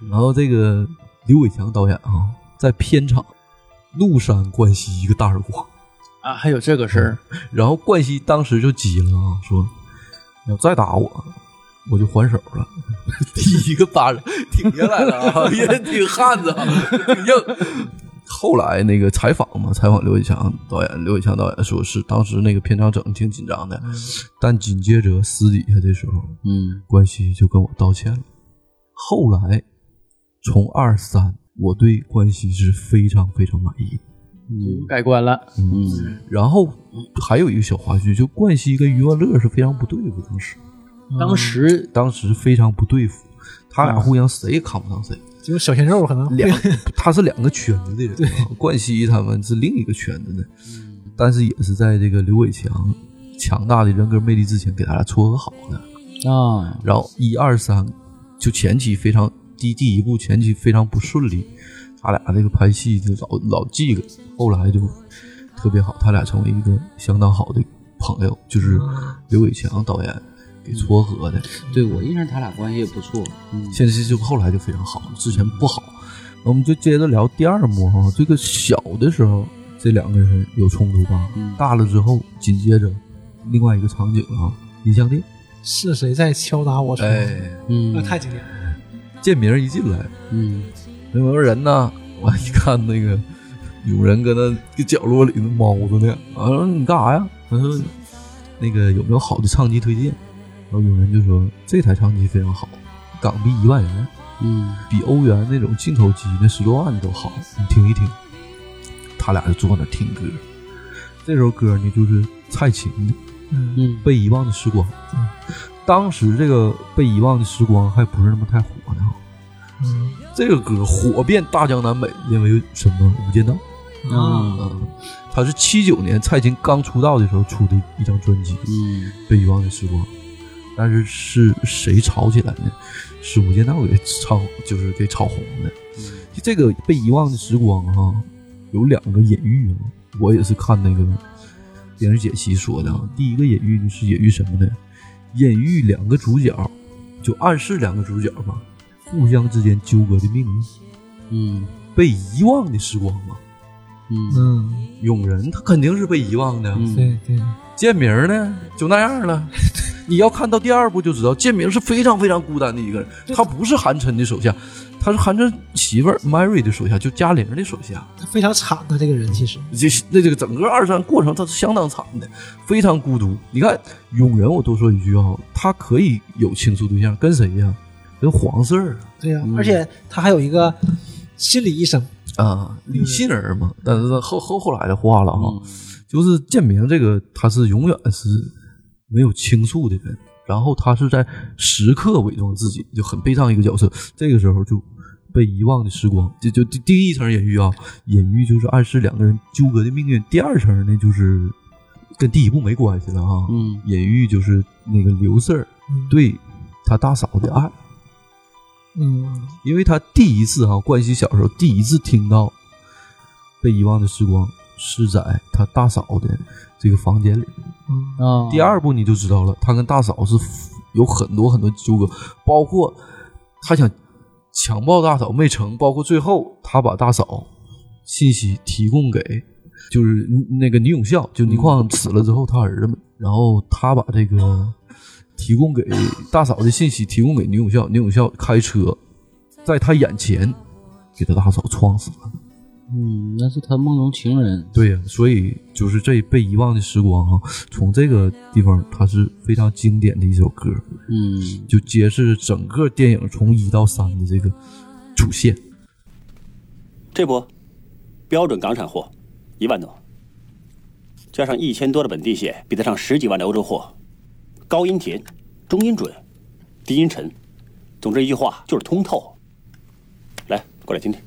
然后这个刘伟强导演啊，在片场怒扇冠希一个大耳光，
啊，还有这个事儿，
然后冠希当时就急了啊，说：“你要再打我，我就还手了。” 第一个巴掌挺下来了啊， 也挺汉子啊， 挺硬。后来那个采访嘛，采访刘伟强导演，刘伟强导演说是当时那个片场整得挺紧张的，但紧接着私底下的时候，
嗯，
关系就跟我道歉了。后来从二三，我对关系是非常非常满意的。
改观了，
然后还有一个小花絮，就冠希跟余文乐是非常不对付，当时嗯
当时
当时非常不对付，他俩互相谁也看不上谁，
结果小鲜肉可能
两他是两个圈子的人啊，冠希他们是另一个圈子的，但是也是在这个刘伟强强大的人格魅力之前给他俩撮合好的，
啊，
然后一二三就前期非常第第一部前期非常不顺利，他俩这个拍戏就老老记个，后来就特别好，他俩成为一个相当好的朋友，就是刘伟强导演给撮合的，
对我印象他俩关系也不错。嗯，
现在就后来就非常好，之前不好。我们就接着聊第二幕哈，这个小的时候这两个人有冲突吧，大了之后紧接着另外一个场景啊，音像店，
是谁在敲打我窗？
哎，
那
嗯
太经典了。
建明一进来。
嗯，
没有人呢。 我一看那个有人搁那个角落里头猫着呢，啊，说你干啥呀？他说那个有没有好的唱机推荐？然后有人就说这台唱机非常好，港币一万元，嗯，比欧元那种进口机那十多万的都好，你听一听。他俩就坐那听歌，这首歌呢就是蔡琴的
嗯
《被遗忘的时光》。当时这个《被遗忘的时光》还不是那么太火呢，这个歌火遍大江南北，因为什么《无间道》
啊，
啊、它是七九年蔡琴刚出道的时候出的一张专辑《
嗯
被遗忘的时光》，但是是谁炒起来呢？是《无间道》给炒，就是给炒红的。这个《被遗忘的时光》哈，有两个隐喻啊，我也是看那个电影解析说的。啊。第一个隐喻就是隐喻什么呢？隐喻两个主角，就暗示两个主角吧，互相之间纠葛的命运。
嗯
被遗忘的时光嘛，
嗯，
嗯，
永仁他肯定是被遗忘的。啊
嗯
对对，
建明呢，就那样 了。你要看到第二部就知道，建明是非常非常孤单的一个人，他不是韩琛的手下，他是韩琛媳妇儿 Mary 的手下，就嘉玲的手下。
他非常惨的这个人，其实
这那这个整个二战过程，他是相当惨的，非常孤独。你看永仁，我多说一句啊，他可以有倾诉对象，跟谁呀、跟黄四儿
对呀、而且他还有一个心理医生，
啊，理性人嘛。但是他后后后来的话了啊，就是建明这个他是永远是没有倾诉的人，然后他是在时刻伪装自己，就很悲伤一个角色。这个时候就被遗忘的时光，就就第第一层隐喻啊，隐喻就是暗示两个人纠葛的命运。第二层呢，就是跟第一部没关系了啊，
嗯，
隐喻就是那个刘四儿对他大嫂的爱，
嗯，
因为他第一次哈、冠希小时候第一次听到《被遗忘的时光》是在他大嫂的这个房间里。
啊，
第二部你就知道了，他跟大嫂是有很多很多纠葛，包括他想强暴大嫂没成，包括最后他把大嫂信息提供给就是那个倪永孝，就倪匡死了之后他儿子们，然后他把这个提供给大嫂的信息提供给倪永孝，倪永孝开车在他眼前给他大嫂撞死了。
嗯，那是他梦中情人。
对呀、所以就是这被遗忘的时光啊，从这个地方，它是非常经典的一首歌，
嗯，
就揭示整个电影从一到三的这个主线。
这不，标准港产货，一万多，加上一千多的本地蟹，比得上十几万的欧洲货，高音甜，中音准，低音沉，总之一句话就是通透。来，过来听听。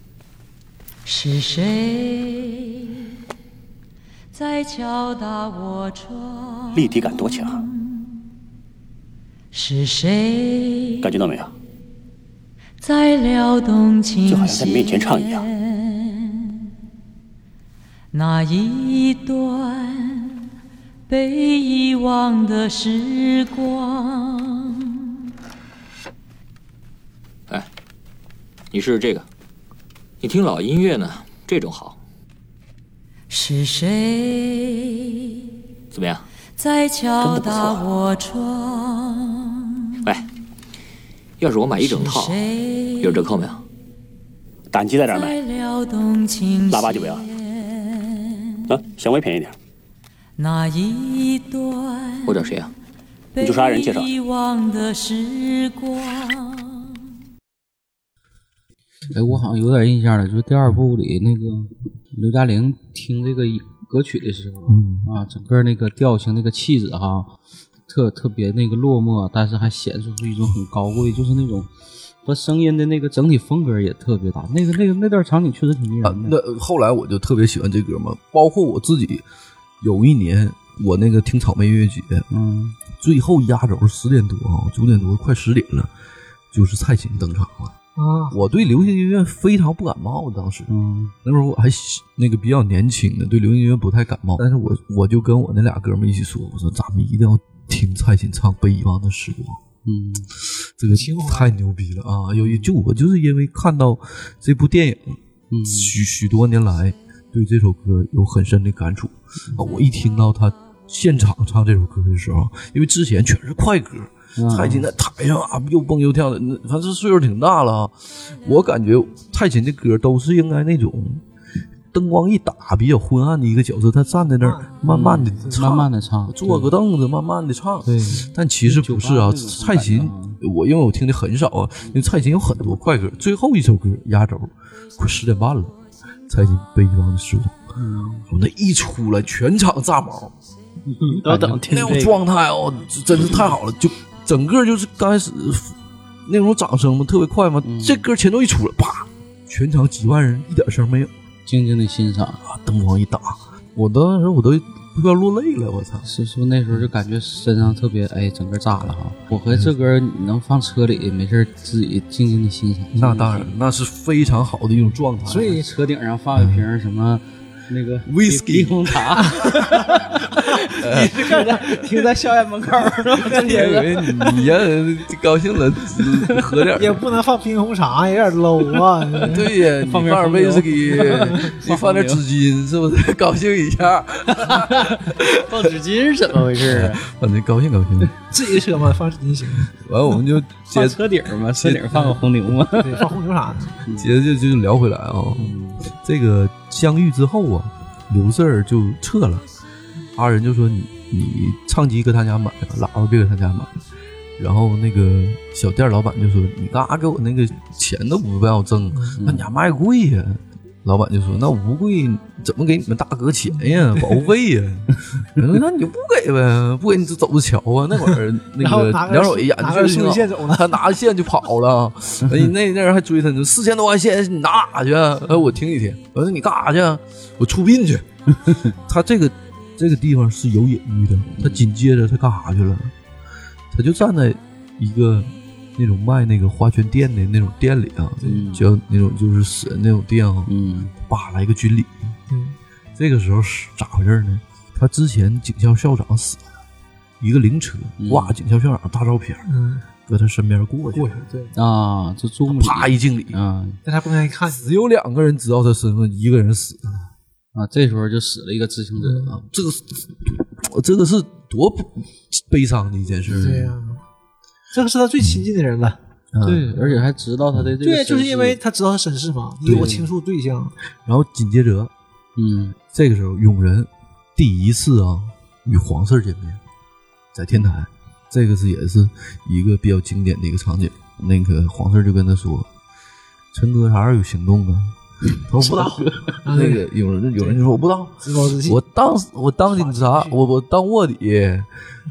是谁在敲打我窗？
立体感多强，啊
是谁
感觉到没有？
在撩动琴弦？
就好像在面前唱一样。
那一段被遗忘的时光。
哎，你试试这个，你听老音乐呢，这种好，
是谁
怎么样？
在敲
真的不错
打
啊
我窗？
哎，要是我买一整套
是，谁
有折扣没有？
胆机在哪儿
在
买？
撩动琴弦？
腊八就不要了啊，香味便宜点。
那一段
我找谁啊？
被
你就
遗
是阿仁介绍啊的
忘的时光。
哎，我好像有点印象了，就是第二部里那个刘嘉玲听这个歌曲的时候，
嗯
啊，整个那个调性、那个气质哈，特特别那个落寞，但是还显示出一种很高贵，就是那种和声音的那个整体风格也特别搭。那个那个那段场景确实挺迷
啊，
人的。
那后来我就特别喜欢这歌嘛，包括我自己有一年我那个听草莓音乐节，
嗯
最后压轴十点多啊，九点多快十点了，就是蔡琴登场了。
啊，
我对流行音乐非常不感冒，当时，
嗯
那时候我还小那个比较年轻的，对流行音乐不太感冒。但是我我就跟我那俩哥们一起说，我说咱们一定要听蔡琴唱《被遗忘的时光》，
嗯
这个
情怀
太牛逼了啊！有一就我就是因为看到这部电影，
嗯
许许多年来对这首歌有很深的感触。
嗯
啊我一听到他现场唱这首歌的时候，因为之前全是快歌，
嗯
蔡琴在台上啊又蹦又跳的，那反正岁数挺大了啊。我感觉蔡琴的歌都是应该那种灯光一打比较昏暗的一个角色，她站在那儿慢慢的
嗯
唱，
慢慢的唱，
坐个凳子慢慢的唱。
对，
但其实不是
酒吧那
啊，
种
蔡琴
感觉啊，
我因为我听的很少啊，因为蔡琴有很多快歌，最后一首歌压轴，快十点半了，蔡琴被遗忘的时光，我那一出来全场炸毛，嗯
都要等听
那种
这个。
状态哦，真是太好了，就整个就是刚开始那种掌声嘛，特别快嘛，这歌前奏一出来，啪，全场几万人一点声没有，
静静的欣赏。
啊，灯光一打，我当时我都都要落泪了，我操！
是是不是那时候就感觉身上特别哎，整个炸了哈？我和这歌你能放车里，没事儿自己静静的欣赏。
那当然，那是非常好的一种状态。啊
所以车顶上放一瓶什么那个
Whisky
柠檬茶，你是干啥？停在校园门口儿，
真以为你让人高兴了，嗯喝点儿。
也不能放冰红茶，有点 low 啊。
对呀，你
放
放
点
点
红
威
牛
士忌，你放点
红
纸巾，是不是 高兴一下？
放纸巾是怎么回事啊？
反正高兴高兴。
自己的车嘛，放纸巾行，
完，我们就 接
放车顶儿嘛，车顶儿放个红牛 嘛。
对，放红牛啥的。
接着就聊回来啊、
嗯
这个相遇之后啊，刘四儿就撤了，阿仁就说你你唱机搁他家买吧，喇叭别搁他家买。然后那个小店老板就说：“你干啥给我那个钱都不让我挣？啊
嗯
那你家卖贵呀、老板就说：“那我不贵，怎么给你们大哥钱呀？保护费 呀？”我说那你就不给呗，不给你就走着瞧啊。那会儿那
然后
个
拿个
梁守义演
拿
确
个
实挺
数据
好
线走呢，
他 拿着线就跑了，哎，那那人还追他呢，四千多块钱你拿哪去啊？哎，我听一听，我说你干啥去啊？我出殡去。 他这个这个地方是有隐喻的，他紧接着他干啥去了？他就站在一个那种卖那个花圈店的那种店里啊，叫那种就是死人那种店啊，
嗯，
扒拉一个军礼。这个时候是咋回事呢？他之前警校校长死了，一个灵车挂警校校长大照片，
嗯，
搁他身边过去
过去，对，
啊，这中午
啪一敬礼，
啊
大家不愿意看你，
只有两个人知道他身份，一个人死了。
啊，这时候就死了一个知情者啊，
这个是，我这个是多悲伤的一件事。啊
对啊呀、这个是他最亲近的人了。
嗯
对，而且还知道他的这个身
对，就是因为
世
他知道他身世嘛，你有个倾诉对象，
然后紧接着，
嗯
这个时候永仁第一次啊与黄四儿见面，在天台，这个是也是一个比较经典的一个场景。那个黄四儿就跟他说：“陈哥啥时候有行动啊？” 他说不知道。
哎
那个有人有人就说我不知道，
自暴自弃。，
我当我当警察，我我当卧底，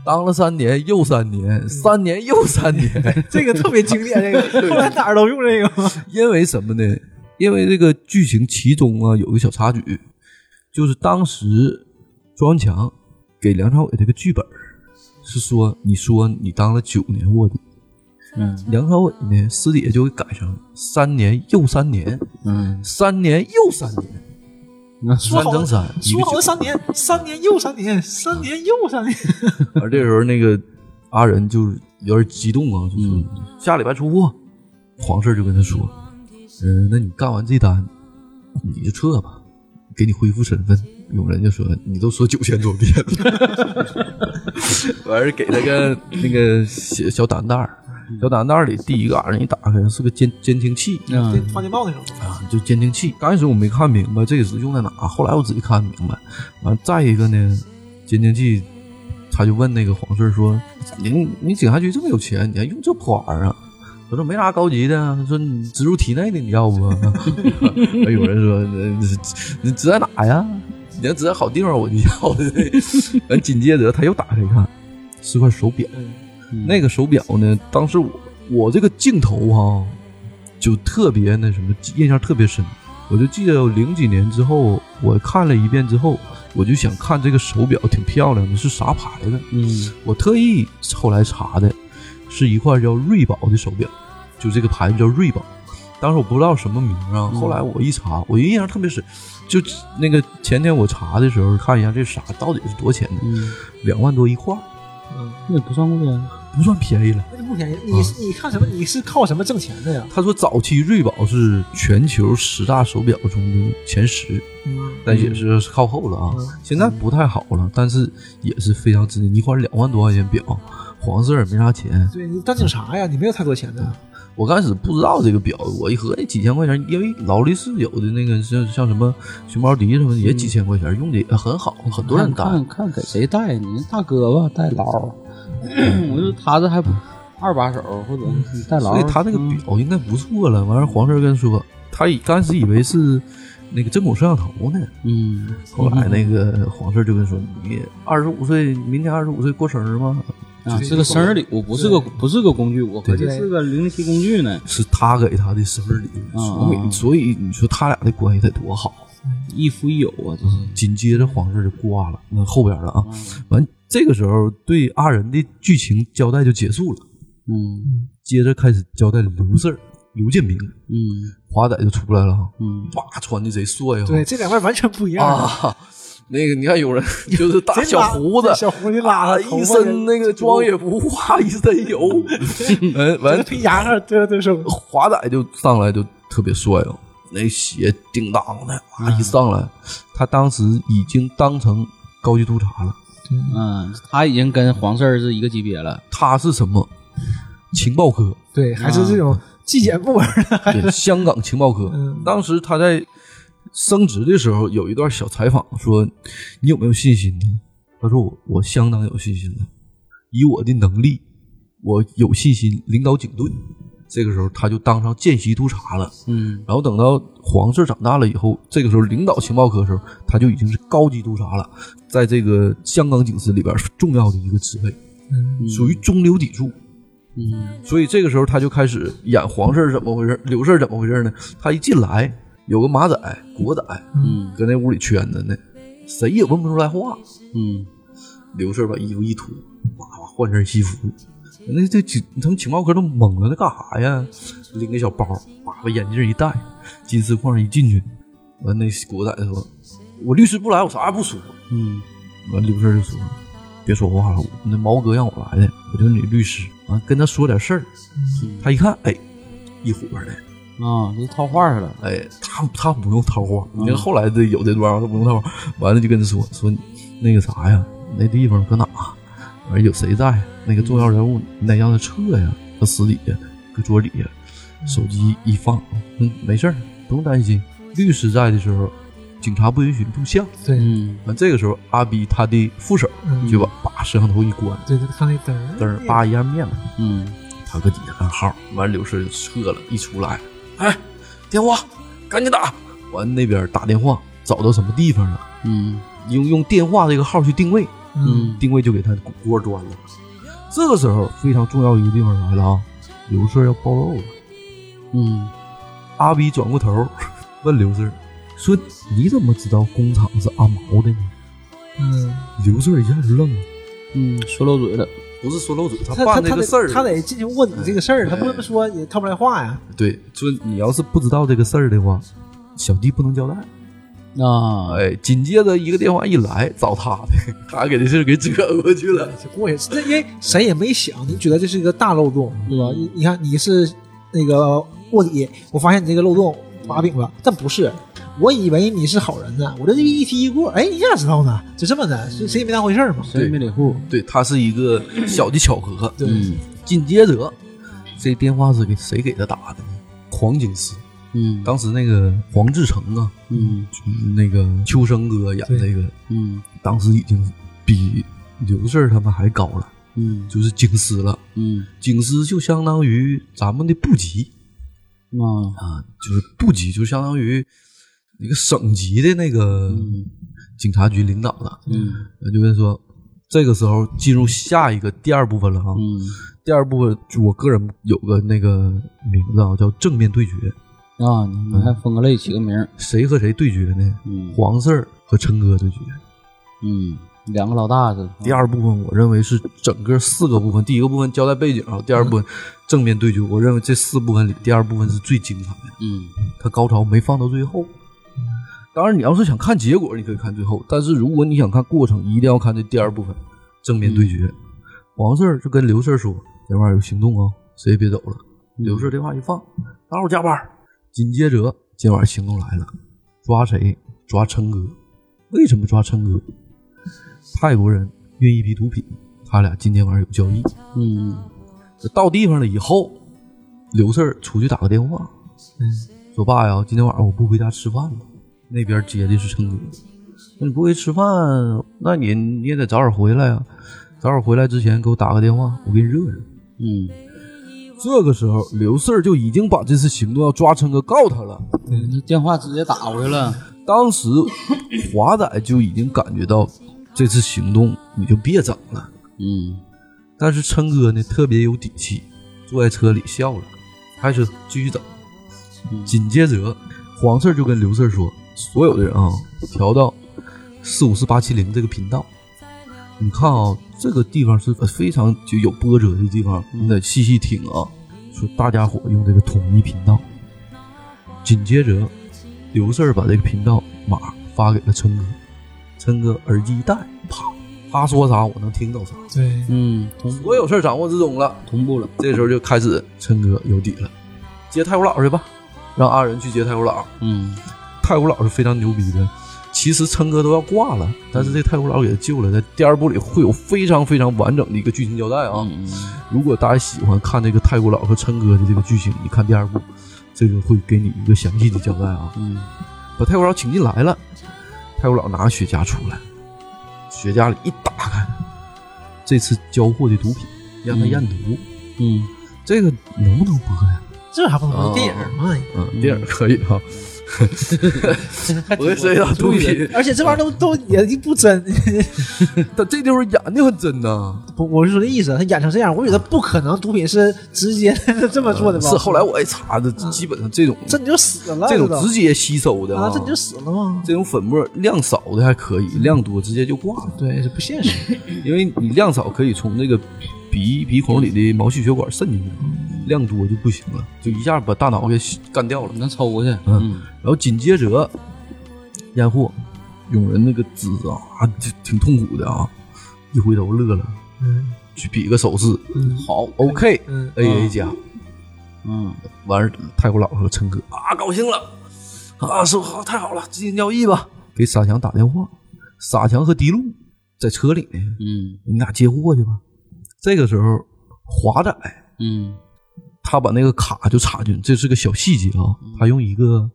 当了三年又三年，三年又三年
这个特别经典，这 个后来哪儿都用这个嘛。
因为什么呢？因为这个剧情其中啊有一个小插曲，就是当时庄文强给梁朝伟这个剧本儿是说，你说你当了九年卧底，
嗯
梁朝伟
啊
呢私底下就给改成三年又三年，
嗯，
三年又三年，
那
三乘三，一
说
个
好
九
的三年，三年又三年，三年又三年，
而这时候那个阿仁就是有点激动啊，就是、下礼拜出货，黄四儿就跟他说，嗯、那你干完这单你就撤吧，给你恢复身份。有人就说你都说九千多遍了， 完事儿给他个那个小小胆袋儿，小胆袋儿里第一个玩意儿一打开是个监监听器，
对
嗯，
放电报那种。
啊，就监听器。刚开始我没看明白这个是用在哪，后来我仔细看明白。完、再一个呢，监听器，他就问那个黄顺说：“你你警察局这么有钱，你还用这破玩意儿啊？”他说：“没啥高级的啊。”他说：“你植入体内的，你要不？” 哎有人说：“那你植在哪呀？你要植在好地方，我就要。” 完，紧接着他又打开一看，是块手表。那个手表呢，当时我我这个镜头哈、就特别那什么，印象特别深。我就记得零几年之后，我看了一遍之后，我就想看这个手表挺漂亮的，是啥牌子？
嗯
我特意后来查的，是一块叫瑞宝的手表，就这个牌子叫瑞宝。当时我不知道什么名啊，
嗯
后来我一查，我印象特别深，就那个前天我查的时候看一下这啥到底是多钱的，
嗯，
两万多一块儿，
那也不算贵啊，
不算便宜了。
那就不便宜，你是你看什么？你是靠什么挣钱的呀？
他说，早期瑞宝是全球十大手表中的前十，
嗯，
但也是靠后了啊
嗯。
现在不太好了，但是也是非常值钱。一块两万多块钱表，黄色也没啥钱。
对你当警察呀，你没有太多钱的。
我刚开始不知道这个表，我一合计几千块钱，因为劳力士有的那个像像什么熊猫迪什么的也几千块钱，用的也很好，很多人戴。
嗯看看给谁戴，你大哥吧戴劳， 我就他这还不二把手或者戴劳，
所以他那个
嗯
表应该不错了。完事儿黄色跟他说，他以刚开始以为是那个针孔摄像头呢。
嗯，
后来那个黄四就跟说：“你二十五岁，明年二十五岁过生日吗
啊是个生日礼物，不是个不是个工具，我合计
对
是个零零七工具呢？”，
是他给他的生日礼物，所以、
啊
所以你说他俩的关系得多好。
一夫一友啊，这是
紧接着黄四就挂了，那后边了啊。
嗯
完这个时候对阿仁的剧情交代就结束了，
嗯
接着开始交代刘四儿。刘建明，
嗯
华仔就出来了哈，
嗯，
哇，穿的贼帅啊呀，
对，这两位完全 不一样。
啊，那个你看有人 就是大
贼
小
拉
胡子，
啊小胡子拉
啊
的头
一
发
身那个妆也不化，一身 油，完
这
完
皮牙克，对对对，
华仔就上来就特别帅哦，那鞋叮当的，哇、
嗯
一上来，他当时已经当成高级督察了。
嗯，他已经跟黄四儿是一个级别了，
他是什么？情报科，
对，还是这种纪检部门 的，
对，香港情报科。
嗯
当时他在升职的时候有一段小采访，说：“你有没有信心呢？”他说我：“我相当有信心了，以我的能力，我有信心领导警队。”这个时候他就当上见习督察了。
嗯
然后等到黄氏长大了以后，这个时候领导情报科的时候，他就已经是高级督察了，在这个香港警司里边重要的一个职位，属于中流砥柱。
嗯
所以这个时候他就开始演黄氏怎么回事，刘氏怎么回事呢？他一进来有个马仔、国仔
嗯
搁那屋里圈着呢，谁也问不出来话。
嗯
刘氏把衣服一脱，哇哇换身西服，那这警他们情报科都懵了，那干啥呀？拎个小包，哇把眼镜一戴，金丝框一进去，完那国仔说：“我律师不来，我啥也不说。”
嗯
完刘氏就说：“别说话了，我那毛哥让我来的，我就是你律师，完跟他说点事儿。”他一看，哎，一伙儿的，
啊，都套话去了，
哎，他他不用套话，你看后来的有的段他不用套话，完了就跟他说说那个啥呀，那地方搁哪？啊完有谁在？啊那个重要人物你得让他撤呀，他死底下，搁桌底下，手机一放，嗯，没事儿，不用担心。律师在的时候，警察不允许录像。
嗯
完这个时候，阿 B 他的副手
嗯
就把把摄像头一关，
对对，看那灯儿，
嘚儿叭一下灭了。
嗯
他搁底下暗号，完刘顺就撤了，一出来，哎，电话赶紧打，完那边打电话找到什么地方了，
嗯
用用电话这个号去定位，
嗯
定位就给他锅端了。这个时候非常重要一个地方来了啊，刘顺要暴露了。
嗯
阿 B 转过头 问刘顺说：“你怎么知道工厂是阿毛的呢
嗯，？”
刘顺一下就愣了，
嗯，说漏嘴了，
不是说漏嘴，他
他
办
他
这
他
个事儿
得，他得进去问你这个事儿，他不这么说也套不来话呀。
对，说你要是不知道这个事儿的话，小弟不能交代。
啊，
哎，紧接着一个电话一来，找他的，他给这事儿给折过去了。
这过去，这因为谁也没想，你觉得这是一个大漏洞，对吧？
嗯
你你看你是那个卧底，我发现你这个漏洞把柄了，但不是，我以为你是好人呢，我这一踢一过，哎，你咋知道呢？就这么的，就谁也没当回事儿嘛。
谁也没理户，
对，他是一个小的巧合。
对，
嗯
紧接着，这电话是给谁给他打的呢？黄警司，
嗯
当时那个黄志成啊，
嗯
就是那个秋生哥演这个，
嗯
当时已经比刘氏他们还高了，
嗯
就是警司了。
嗯
警司就相当于咱们的部级
啊
啊，就是部级，就相当于一个省级的那个
嗯
警察局领导了。
嗯
呃，就跟说，这个时候进入下一个第二部分了哈。啊
嗯
第二部分，我个人有个那个名字啊，叫正面对决，
啊，你你还分个类起个名儿，
谁和谁对决呢？
嗯
黄四儿和陈哥对决。
嗯，两个老大是
第二部分，我认为是整个四个部分，第一个部分交代背景啊，第二部分正面对决，我认为这四部分里，第二部分是最精彩的，
嗯
它高潮没放到最后。嗯当然，你要是想看结果，你可以看最后；但是如果你想看过程，一定要看这第二部分正面对决。嗯王四儿就跟刘四儿说：“这玩意儿有行动啊，谁也别走了。”刘四儿电话一放，打嗯扰加班儿。紧接着今晚行动来了，抓谁？抓琛哥。为什么抓琛哥？泰国人运一批毒品，他俩今天晚上有交易。
嗯
到地方了以后，刘四儿出去打个电话，说爸呀，今天晚上我不回家吃饭了。那边接的是琛哥，那你不回去吃饭，那你你也得早点回来呀、早点回来之前给我打个电话，我给你热热。
嗯
这个时候，刘四儿就已经把这次行动要抓琛哥告他了。
嗯，这电话直接打回来了，
当时华仔就已经感觉到这次行动你就别整了，
嗯
但是琛哥呢特别有底气，坐在车里笑了，还是继续整。紧接着，黄四儿就跟刘四儿说：“所有的人啊，调到四五四八七零这个频道。呃你看啊，这个地方是非常就有波折的地方，你得细细听啊。说大家伙用这个统一频道。紧接着，刘四儿把这个频道码发给了琛哥，琛哥耳机一戴，啪，他说啥我能听到啥，
对，
嗯，同
所有事儿掌握之中了。
同步了。
这时候就开始，琛哥有底了，接太古佬去吧，让阿仁去接太古佬。
嗯，
太古佬是非常牛逼的。其实琛哥都要挂了，但是这太古佬给他救了，在第二部里会有非常非常完整的一个剧情交代啊。
嗯嗯
如果大家喜欢看这个太古佬和琛哥的这个剧情，你看第二部，这个会给你一个详细的交代啊。
嗯，
把太古佬请进来了，太古佬拿雪茄出来，雪茄里一打开，这次交货的毒品让他验毒，
嗯，
这个能不能播呀？
这还不能电影儿嘛？
嗯，电影可以 哈、我跟谁讲毒品？
哎而且这玩意儿都都也不真，
但这地方演的很真呐、
不，我是说这意思，他演成这样，我觉得不可能，毒品是直接 这么做的吧？
呃是后来我一查的，基本上这种
这你就死了，
这
知道
种直接吸收的
啊，这你就死了吗？
这种粉末量少的还可以，量多直接就挂了。
对，这不现实。
因为你量少可以从那个鼻鼻孔里的毛细血管渗进去，量多就不行了，就一下把大脑给吸干掉了。
能抽过去。
嗯，然后紧接着验货，永仁那个姿势啊，就挺痛苦的啊，一回头乐了，
嗯
去比个手势，
嗯
好，OK，A 哎
嗯
A 加，
嗯
完事儿泰国佬和琛哥啊，高兴了，啊，说好太好了，今天交易吧，给傻强打电话，傻强和迪路在车里呢，
嗯
你俩接货去吧。这个时候，华仔
嗯
他把那个卡就插进，这是个小细节啊。他用一个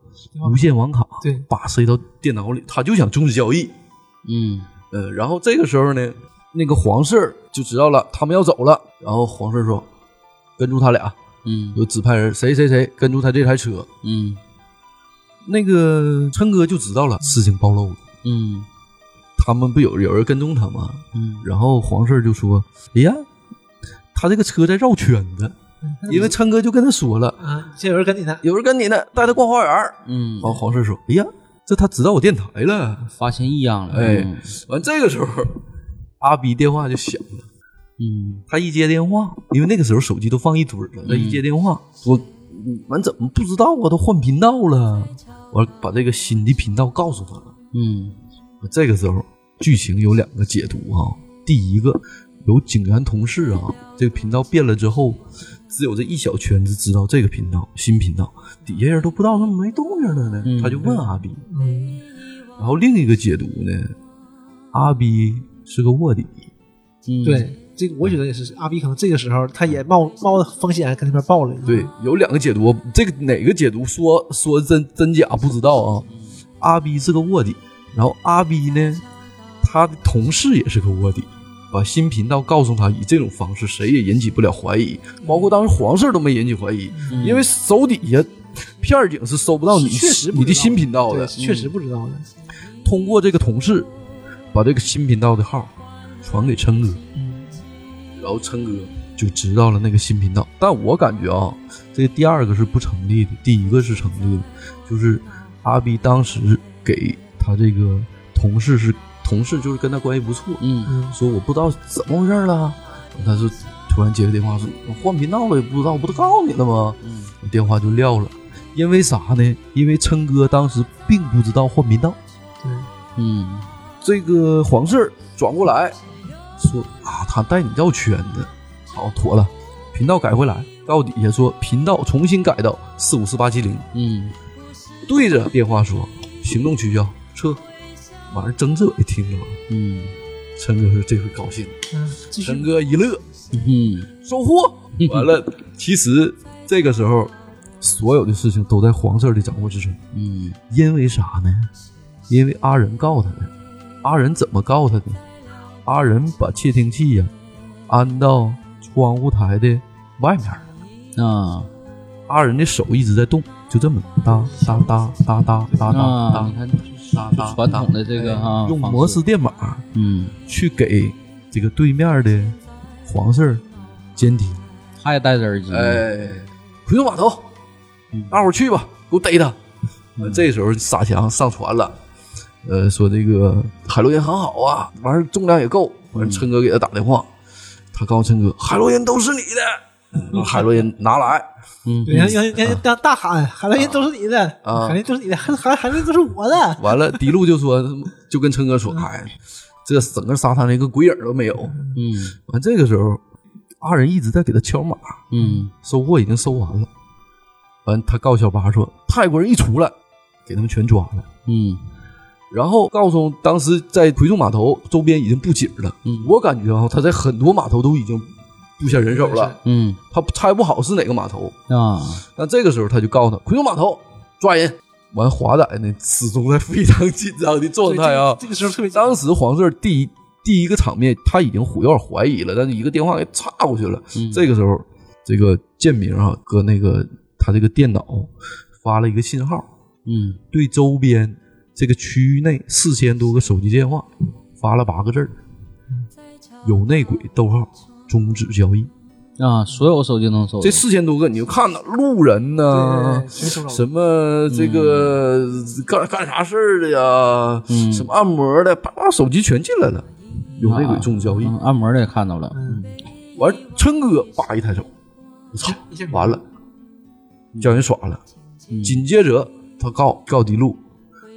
无线网卡，
对
把塞到电脑里，他就想终止交易。
嗯
呃，然后这个时候呢，那个黄四儿就知道了他们要走了，然后黄四儿说：“跟住他俩，
嗯
就指派人谁谁谁跟住他这台车。
嗯”
那个琛哥就知道了事情暴露了，
嗯
他们不有有人跟踪他吗？
嗯
然后黄四儿就说：“哎呀，他这个车在绕圈子，因为琛哥就跟他说了，
嗯啊，这有人跟你呢，
有人跟你呢，带他逛花园儿。”
嗯，
完，黄四儿说：“哎呀，这他知道我电台了。
发现异样”了。
哎，完这个时候，阿逼电话就响了。
嗯
他一接电话，因为那个时候手机都放一堆儿了，他一接电话，我你们怎么不知道啊？都换频道了。完把这个新的频道告诉他了。
嗯
这个时候剧情有两个解读哈、第一个有警员同事啊，这个频道变了之后，只有这一小圈子知道这个频道新频道，底下人都不知道怎么没动静了呢。
嗯
他就问阿比，
嗯，
然后另一个解读呢，阿比是个卧底，
嗯，
对，这个我觉得也是，阿 B 可能这个时候他也冒冒风险跟那边报了，
对，有两个解读，这个哪个解读说说真真假不知道啊。阿 B 是个卧底，然后阿 B 呢，他的同事也是个卧底，把新频道告诉他，以这种方式谁也引起不了怀疑，
嗯
包括当时黄四儿都没引起怀疑，因为手底下片儿警是搜不到你
确实不知道
你的新频道
对，
的，
确实不知道的，
通过这个同事把这个新频道的号传给琛哥，然后琛哥就知道了那个新频道。但我感觉啊，这个第二个是不成立的，第一个是成立的，就是阿 B 当时给他这个同事是同事，就是跟他关系不错，
嗯
嗯
说我不知道怎么回事了，他是突然接个电话说我换频道了也不知道，我不都告诉你了吗？
嗯
我电话就撂了，因为啥呢？因为琛哥当时并不知道换频道。
嗯
这个黄四儿转过来说啊，他带你绕圈子，好妥了，频道改回来，到底下说频道重新改到四五四八七零，
嗯
对着电话说行动取消撤。完事儿，曾志伟听了，
嗯
陈哥说这回高兴，
嗯，继续
陈，哥一乐，
嗯
收获。完了，其实这个时候所有的事情都在黄四儿的掌握之中。
嗯
因为啥呢？因为阿仁告他的。阿仁怎么告他的？阿仁把窃听器呀、安到窗户台的外面了。
啊
阿仁的手一直在动，就这么哒哒哒哒哒哒哒
啊！
哒哎
你看，传统的这个啊，
用摩斯，电码
嗯，
去给这个对面的黄四儿监听。
他也戴着耳机，
哎，回头码头，大伙儿去吧，给我逮他。呃这时候傻强上船了，呃，说这个海洛因很好啊，完事儿重量也够。完，琛哥给他打电话，他告诉琛哥，海洛因都是你的，海洛因拿来，
人家人家人家大大喊，海洛因都是你的，
啊
海洛因都是你的，海海海洛因都是我的。
完了，迪路就说，就跟琛哥说，哎，这整个沙滩连个鬼影都没有。
嗯
完这个时候，二人一直在给他敲码，
嗯
收货已经收完了。完，他告诉小八说，泰国人一出来，给他们全抓了。
嗯
然后告诉当时在奎仲码头周边已经布景了，
嗯
我感觉啊，他在很多码头都已经布下人手了，
嗯
他猜不好是哪个码头。
啊，
但这个时候他就告诉他，奎仲码头抓人。完，华仔呢始终在非常紧张的状态 啊，
这个时候特别
当时黄四儿第一第一个场面，他已经有点怀疑了，但是一个电话给插过去了。这个时候，这个建明啊，搁那个他这个电脑发了一个信号，
嗯
对周边这个区域内四千多个手机电话发了八个字儿：有内鬼，逗号，终止交易。
啊，所有手机能收
这四千多个，你就看到路人呐、
谁收着
什么这个、干干啥事儿的呀？
嗯
什么按摩的，叭叭手机全进来了，有内鬼终止交易。
嗯按摩的也看到了，
完，春哥叭一抬手，我操，完了，叫人耍了。紧接着他告告迪路，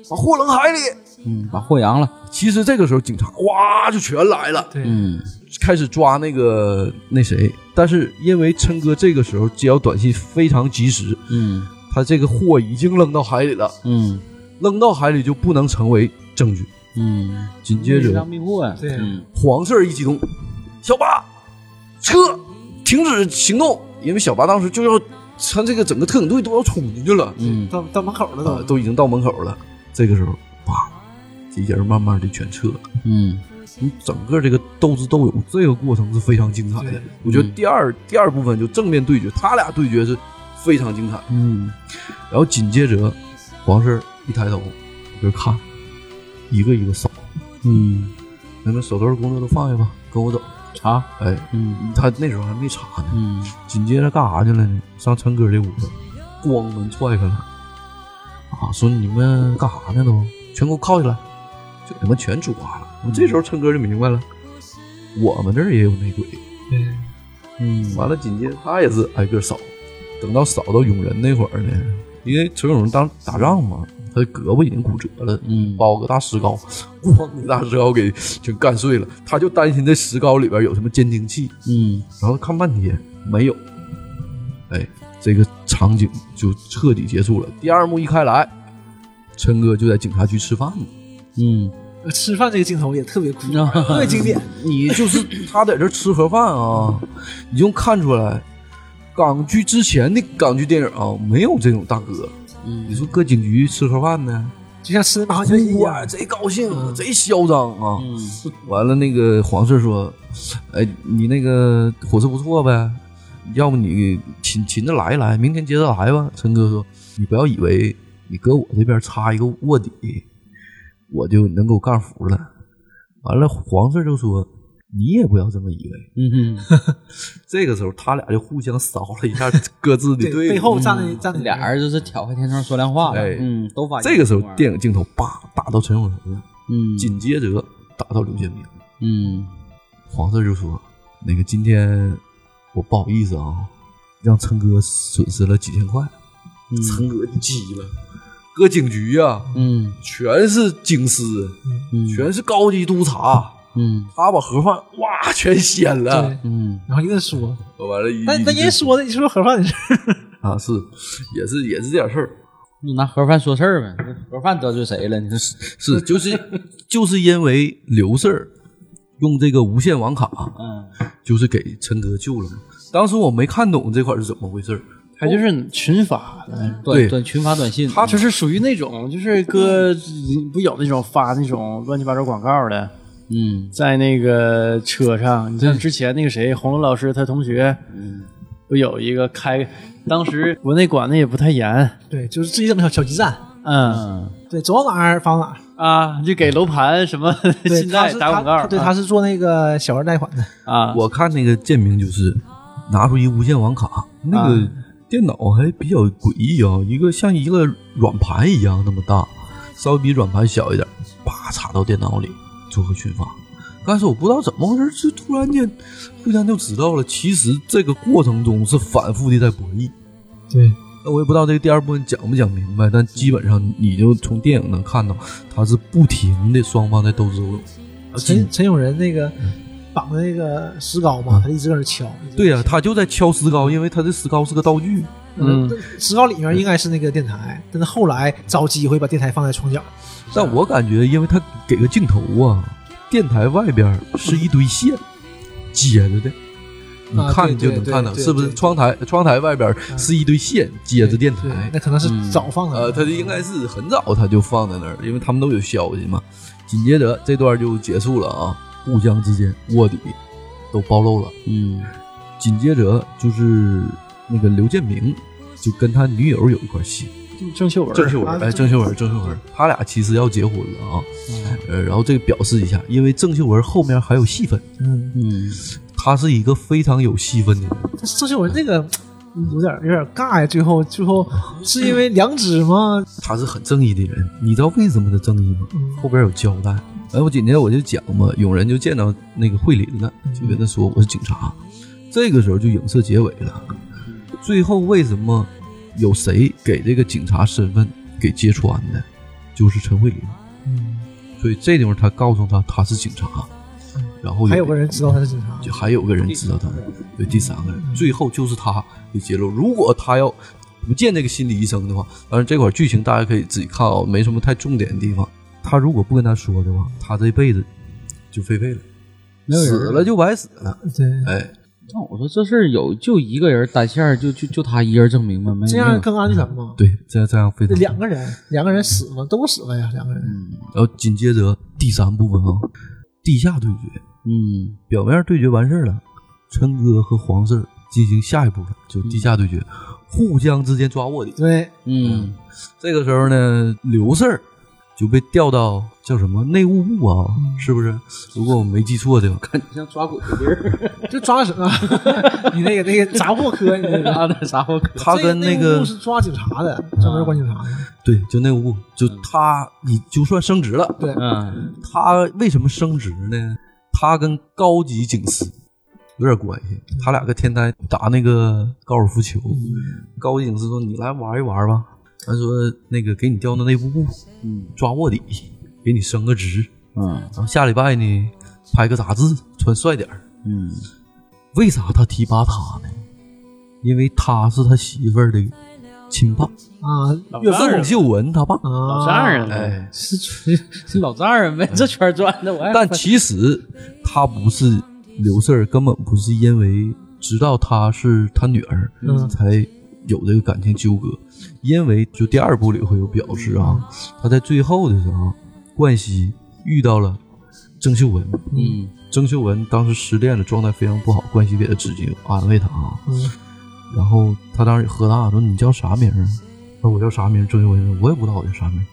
把货扔海里。
嗯，把货扬了，
其实这个时候警察哇就全来了，
嗯
开始抓那个那谁。但是因为琛哥这个时候接到短信非常及时，
嗯
他这个货已经扔到海里了，
嗯
扔到海里就不能成为证据。
嗯，
紧接
这
着
张，密货呀，
对
嗯
黄四儿一激动，小八，车停止行动，因为小八当时就要，他这个整个特警队都要冲进去了，
嗯
到到门口了
啊，
都，
都已经到门口了。这个时候，啪，这人慢慢的全撤了。
嗯
你整个这个斗智斗勇这个过程是非常精彩的
对。
我觉得第二、第二部分就正面对决，他俩对决是非常精彩。
嗯
然后紧接着，黄四儿一抬头，就看，一个一个扫，
嗯
你们手头的工作都放下吧，跟我走。
查，
哎，
嗯
他那时候还没查呢。
嗯
紧接着干啥去了呢？上陈哥这屋了，咣门踹开了，啊，说你们干啥呢都？全给我铐起来，就给他们全抓了。我这时候陈哥就明白了，我们这儿也有内鬼。
嗯
完了，紧接着他也是挨个扫，等到扫到永仁那会儿呢，因为陈永仁当打仗嘛，他胳膊已经骨折了，
嗯
包个大石膏，咣，给大石膏给全干碎了。他就担心这石膏里边有什么监听器，
嗯
然后看半天没有，哎，这个场景就彻底结束了。第二幕一开来，琛哥就在警察局吃饭呢，
嗯
吃饭这个镜头也特别酷，
啊
特别经典。
你就是他在这吃盒饭啊， 你就能看出来，港剧之前的港剧电影啊，没有这种大哥。你
嗯
说搁警局吃盒饭呢，
就像吃麻将一
哇，
样。
贼啊高兴，贼嚣张啊！
嗯
嗯完了，那个黄四说：“哎，你那个伙食不错呗，要不你勤勤着来一来，明天接着来吧。”陈哥说：“你不要以为你搁我这边插一个卧底，我就能给我干服了。”完了，黄四就说：“你也不要这么以为。
嗯，”
这个时候，他俩就互相扫了一下各自的
对，
队伍
背。后站的站的
俩人就是挑开天窗说亮话了
哎，
嗯，都发现
这个时候，电影镜头叭打到陈永仁了，
嗯
紧接着打到刘建明。
嗯
黄四就说：“那个今天我不好意思啊，让琛哥损失了几千块。
嗯
琛哥急了，搁警局呀、
嗯
全是警司，
嗯
全是高级督察，
嗯
他把盒饭哇全掀了。
嗯
然后一顿说，
完了一，
那那人说的，你说盒饭的事儿，
啊是，也是也是这点事儿，
就拿盒饭说事儿呗，盒饭得罪谁了？你说
是就是就是因为刘四儿用这个无线网卡，
嗯，
就是给陈哥救了嘛。当时我没看懂这块儿是怎么回事儿，
他就是群发的，
对
短短群发短信，
他就是属于那种，就是哥不有那种发那种乱七八糟广告的，
嗯
在那个车上，你像之前那个谁，红楼老师他同学，不有一个开，当时国内管的也不太严，
对，就是自己整个小小基站，
嗯
对，走到哪儿发到哪儿。
啊，就给楼盘什么
对，
信
他
贷
是
打广
他
告，
对，
啊
他是做那个小额贷款 的，
啊，
我看那个建明就是拿出一无线网卡，那个电脑还比较诡异啊，一个像一个软盘一样那么大，稍微比软盘小一点，叭插到电脑里做个群发。刚开始我不知道怎么回事，就突然间互相就知道了。其实这个过程中是反复的在博弈。
对，
那我也不知道这个第二部分讲不讲明白，但基本上你就从电影能看到，它是不停的双方在斗智斗勇。嗯
陈陈永仁那个绑的那个石膏嘛，他一直搁那敲。一直
对呀、他就在敲石膏，因为他这石膏是个道具。
啊
嗯，
石膏里面应该是那个电台，但是后来找机会把电台放在床角。
但我感觉，因为他给个镜头啊，电台外边是一堆线接着的，你
啊
看
对
你就
对
能
对
看到，
对
是不是？
对啊
窗台窗台外边是一堆线接着电
对
台，
那可能是早放的。
呃，他就应该是很早他就放在那儿，因为他们都有消息嘛。紧接着这段就结束了啊，互相之间卧底都暴露了。
嗯，
紧接着就是那个刘建明就跟他女友有一块戏，
郑秀文，
郑秀
啊
文，哎，
郑
郑秀文，郑秀文，他俩其实要结婚了啊。呃，然后这个表示一下，因为郑秀文后面还有戏份，
嗯，
他是一个非常有戏份的人。
但是郑秀文那个嗯有点有点尬呀，最后最后是因为良知吗？嗯
他是很正义的人，你知道为什么他正义吗？后边有交代。哎，我紧接着我就讲嘛，永仁就见到那个慧琳了，就跟他说我是警察。这个时候就影射结尾了。最后为什么有谁给这个警察身份给揭穿的，就是陈慧琳。嗯所以这地方他告诉他他是警察，然后
还有个人知道他是警察，
就还有个人知道他，对，第三个人，最后就是他的揭露。如果他要不见这个心理医生的话，当然这块剧情大家可以自己看啊、没什么太重点的地方。他如果不跟他说的话，他这辈子就废废了，死了就白死了。
对，
哎，
那我说这事儿有就一个人单线儿，就就就他一个人证明吗？没
这样更安全吗？
对，这样这样非
那
常
两个人，两个人死了，都死了呀，两个人。
然后紧接着第三部分啊，地下对决，
嗯
表面对决完事儿了，陈哥和黄四儿进行下一步了，就地下对决，互相之间抓卧底。
对，
嗯
这个时候呢，刘四儿就被调到叫什么内务部啊，
嗯
是不是？如果我没记错的话，看
像抓鬼的地儿，
就抓什么？ 你那个那个杂货科，你那个。
啊，那啥我可
他
这个
跟那
内务
个啊
部是抓警察的，专门管警察的。
对，就内务部，就
嗯
他你就算升职了，
对，
嗯
他为什么升职呢？他跟高级警司有点关系，他俩搁天台打那个高尔夫球，
嗯
高级警司说你来玩一玩吧，他说那个给你调到内务部，嗯，抓卧底，给你升个职，
嗯
然后啊下礼拜呢拍个杂志，穿帅点儿。
嗯
为啥他提拔他呢？因为他是他媳妇儿的亲爸，
啊，
岳
郑秀文他爸。
啊，
老丈人了，
哎，嗯
是是老丈人呗，这圈转的，我还
但其实他不是刘四儿，根本不是因为知道他是他女儿、
嗯
才有这个感情纠葛，因为就第二部里会有表示啊，他在最后的时候，冠希遇到了郑秀文，
嗯
郑秀文当时失恋了，状态非常不好，冠希给他纸巾安慰他啊。
嗯
然后他当时也喝大了，说你叫啥名儿啊？那我叫啥名儿？郑秀文说我也不知道我叫啥名儿。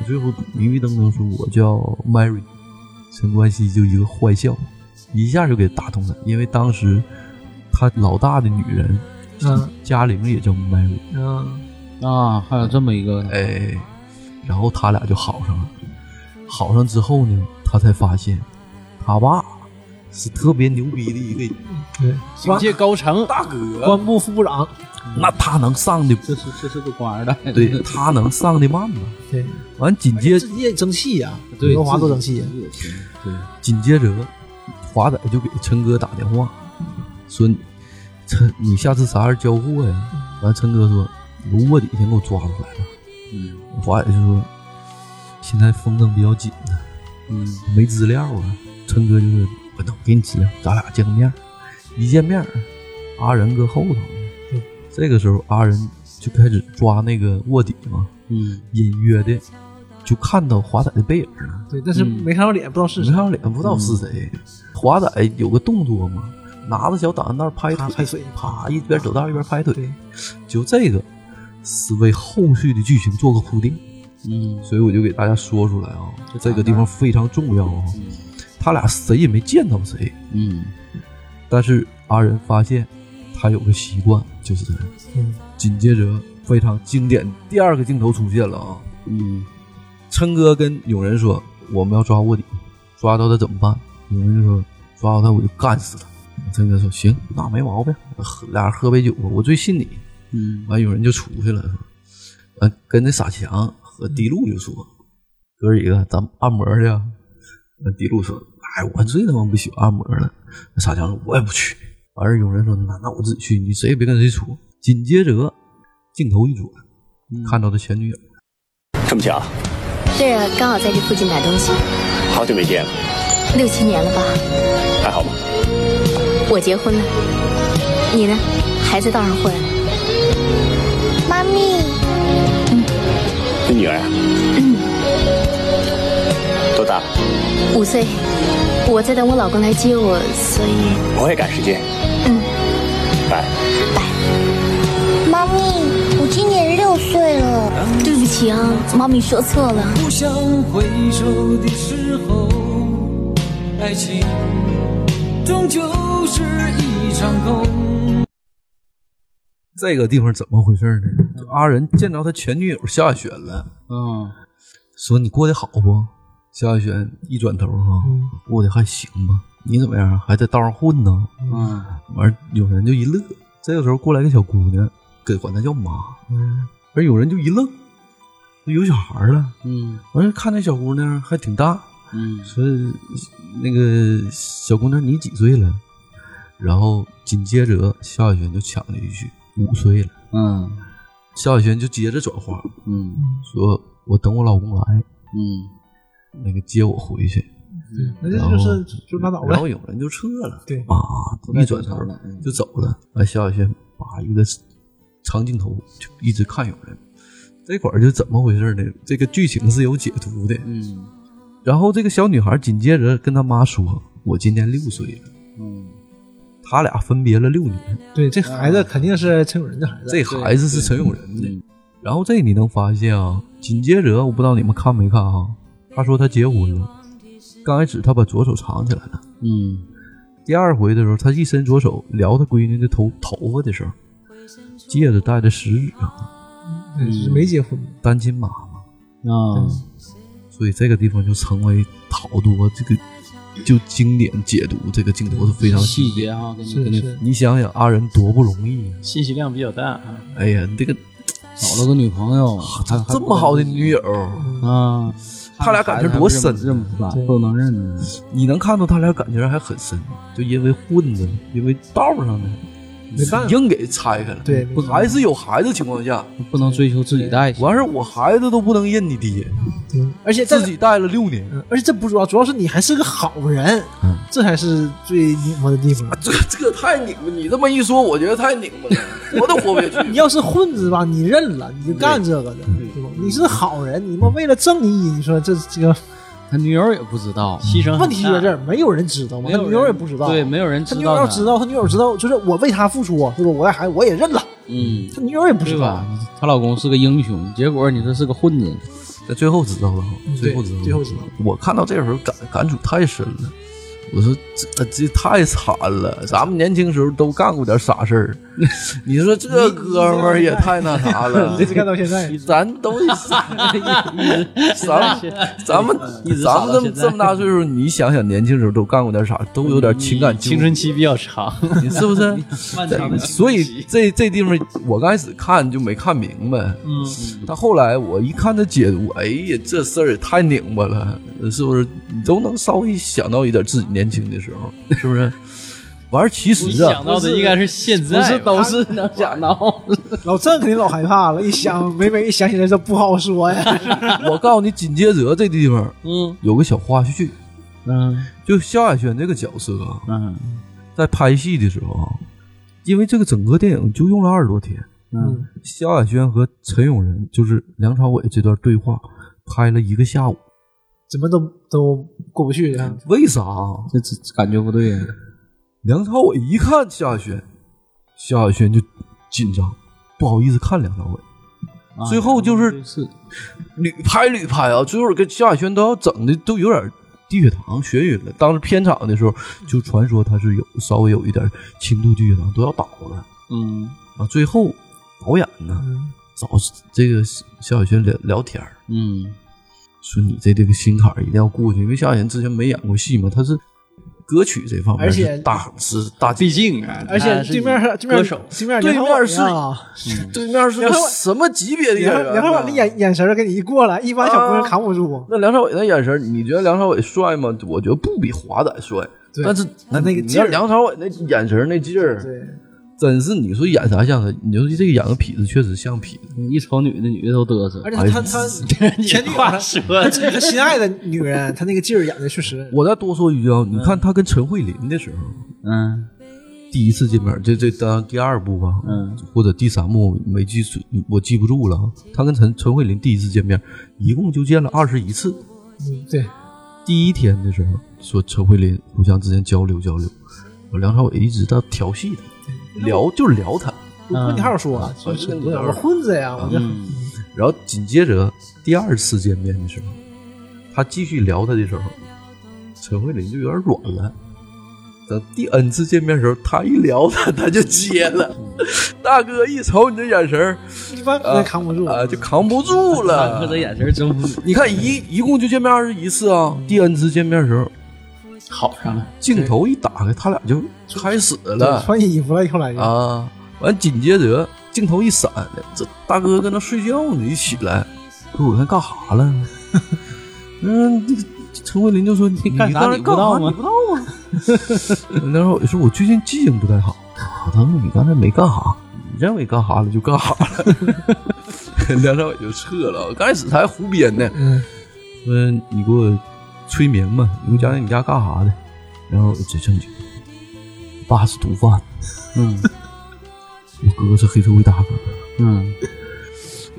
我最后迷迷瞪瞪说我叫 Mary。陈冠希就一个坏笑，一下就给打动了，因为当时他老大的女人
嗯
嘉玲也叫 Mary，
嗯，
啊，还有这么一个
哎，然后他俩就好上了。好上之后呢，他才发现他爸是特别牛逼的一个
对，
警界高层，
大哥，
关部副部长，
那他能上的，
这是这是个官二代，
对他能上的慢吗？
对，
完紧接
自己也争气呀，
对
刘德华多争气呀，
对，紧接着华仔就给陈哥打电话，说陈你下次啥时候交货呀？完陈哥说有卧底先给我抓出来了，
嗯
华仔就说现在风声比较紧呢，
嗯
没资料啊。陈哥就说我等我给你资料，咱俩见个面儿。一见面儿，阿仁搁后头呢
嗯。
这个时候阿仁就开始抓那个卧底嘛，
嗯
隐约的就看到华仔的背影了。
对，但是
嗯
没看到脸，不知道是嗯
你
谁
看，我脸不知道是谁，华仔有个动作嘛，拿着嗯小打蛋蛋拍
他
腿，
拍水
啪一边走道一边拍腿
对，
就这个是为后续的剧情做个铺垫，
嗯
所以我就给大家说出来啊，这个地方非常重要啊。
嗯
他俩谁也没见到谁，
嗯
但是阿仁发现他有个习惯，就是这样。
嗯
紧接着非常经典第二个镜头出现了啊，
嗯
琛哥跟永仁说：“我们要抓卧底，抓到他怎么办？有人就说抓到他我就干死他。这个说行，那没毛病，喝俩人喝杯酒吧，我最信你。
嗯，
完有人就出去了，完跟那傻强和
嗯
迪路就说：“哥几个，咱们按摩去啊。”完迪路说：“哎，我最他妈不喜欢按摩了。”那傻强说：“我也不去。”完事儿有人说：“那那我自己去，你谁也别跟谁说。”紧接着镜头一转，
嗯
看到他前女友。
这么巧，
对啊，刚好在这附近买东西，
好久没见了，
六七年了吧？
还好吗？
我结婚了，你呢？还在道上混？妈咪，嗯
你女儿啊，多大？
五岁，我在等我老公来接我，所以
我也赶时间。
嗯，
拜。
妈咪，我今年六岁了。对不起啊，妈咪说错了。
不想回首的时候，爱情终究是一场空。
这个地方怎么回事呢？就阿仁见到他前女友夏璇了，
嗯，
说你过得好不？夏璇一转头哈、过得还行吧？你怎么样？还在道上混呢？
嗯，
完有人就一乐。这个时候过来个小姑娘，给管她叫妈。
嗯，
完有人就一愣，有小孩了。
嗯
完看那小姑娘还挺大，
嗯
说那个小姑娘你几岁了？然后紧接着夏璇就抢了一句五岁了。
嗯
夏小轩就接着转话，
嗯
说我等我老公来，
嗯，
那个接我回去。
那这就是就拉倒
然
呗。
后有人就撤了，
对
啊，一转头
了，嗯
就走了。完，夏小轩把一个长镜头就一直看有人，这块儿就怎么回事呢？这个剧情是有解读的。
嗯
然后这个小女孩紧接着跟她妈说：“我今年六岁了。
嗯”
他俩分别了六年，
对，这孩子肯定是陈永仁的孩子。
这孩子是陈永仁的。
嗯
然后这你能发现啊，紧接着我不知道你们看没看啊，他说他结婚了，刚开始他把左手藏起来了，
嗯
第二回的时候他一伸左手撩他闺女的头头发的时候，戒指戴的食指啊，
对就是没结婚，
单亲妈妈，
啊
所以这个地方就成为好多这个就经典解读这个镜头是非常
细节哈，给你给
是
你
是，
你想想阿仁多不容易啊！
信息量比较大啊。
哎呀，这个
找了个女朋友，还还
这么好的女友，
啊，
他俩感情多深啊
认不出来，不能认呢。
你能看到他俩感情还很深，就因为混着，因为道上的，
没办法。
硬给拆开了。
对
不还是有孩子情况下，
不能追求自己的爱情。
完事儿我孩子都不能认你爹，
对而且
自
嗯自己，
己带了六年，
嗯而且这不主要，主要是你还是个好人，这才是最拧巴的地方。
这这个太拧巴。你这么一说，我觉得太拧巴了，活都活不下 去。
你要是混子吧，你认了，你就干这个的，对吧？你是好人，你他妈为了正义，你说这这个
他女友也不知道，
牺牲很大
问题就在这儿，没有人知道
嗯
嘛，
没
他
有
女
人
友也不知道，
对，没有人
他
知
女友
道
要
他
知，道，他女友知道，就是我为他付出，是吧？我爱孩子我也认了，
嗯，
他女友也不
对
知道
吧，？她老公是个英雄，结果你这是个混子。
那最后知道了哈，最后知道了，
嗯最后知道了。
我看到这个时候感感触太深了，我说这呃这太惨了，咱们年轻时候都干过点傻事 儿，你说这哥们儿也太那啥 了，
一直干到现在，
咱都是 咱们咱们咱们这么这么大岁数，你想想年轻时候都干过点啥，都有点情感纠
嗯青春期比较长，
结，是不是？
漫长的
所以这这地方我刚开始看就没看明白，嗯，但后来我一看他解读，哎呀，这事儿也太拧巴了，是不是？你都能稍微想到一点自己年轻的时候，是不 是？完事儿其实啊
想，到的应该是现在吧，
是能想 到，
老郑肯定老害怕了，一想每每一想起来这不好说呀。
我告诉你，紧接着这地方
嗯
有个小花絮，
嗯
就萧亚轩这个角色啊，
嗯
在拍戏的时候啊，因为这个整个电影就用了二十多天，
嗯
萧亚轩和陈永仁就是梁朝伟这段对话拍了一个下午，
怎么都都过不去啊！
为啥啊？
这这这感觉不对呀。
梁朝伟一看萧亚轩，萧亚轩就紧张，不好意思看梁朝伟。
啊
最后就是
是
屡拍屡拍啊，最后跟萧亚轩都要整的都有点低血糖眩晕了。当时片场的时候就传说他是有稍微有一点轻度低血糖，都要倒了
嗯
啊。最后导演呢找这个萧亚轩聊聊天儿
嗯
说你这这个心坎儿一定要过去，因为萧亚轩之前没演过戏嘛，他是歌曲这方面，
而且
大是大，嗯
毕竟啊，
哎
而且对面对面对面
对
梁朝伟
面是
啊
对面是
梁
个
朝伟
什么级 别的演
梁
员？啊
朝梁朝伟的眼眼神儿给你一过来，一般小姑娘扛不住。
那梁朝伟的眼神，你觉得梁朝伟帅吗？我觉得不比华仔帅，
对
但是
那那个
你
劲
要
儿
梁朝伟那眼神那劲儿，
对，
真是你说演啥像他？你说这个演个痞子，确实像痞子。
嗯一瞅女的，女的都嘚瑟。
而且他他他前女友，
哎话说
他自己心爱的女人，他那个劲儿演的确实。
我再多说一句啊，你看他跟陈慧琳的时候，
嗯
第一次见面，这这当然第二部吧，
嗯，
或者第三幕没记住，我记不住了啊。他跟陈陈慧琳第一次见面，一共就见了二十一次。
嗯，对，
第一天的时候，说陈慧琳互相之间交流交流，我梁朝伟一直在调戏他，聊就聊他，
我跟你好好说啊，
嗯
就是我我混子呀，我就
然后紧接着第二次见面的时候，他继续聊他的时候，陈慧琳就有点软了。等第 N 次见面的时候，他一聊他，他就接了。 大哥一瞅你这眼神儿
一般人扛不住
啊，就扛不住
大哥这
了。
眼神真不
你看一一共就见面二十一次啊，第 N 次见面的时候，
好上了，
镜头一打开，他俩就开始了。
穿衣服了，后来就
啊，完紧接着镜头一闪，这大哥搁那睡觉呢，一起来，说我看干啥了？ 嗯，这个陈慧琳就说你
干啥
刚才
你不
干
知道
啥
吗
你不知啊 道吗？然后我说我最近记性不太好，啊，他说你刚才没干啥，你认为干啥了就干啥了。 梁朝伟就撤了，刚开始他还胡编呢，
嗯
说你给我催眠吧，你给我讲讲你家干啥的。然后这正经，我爸是毒贩，
嗯
我哥是黑社会大哥。
嗯，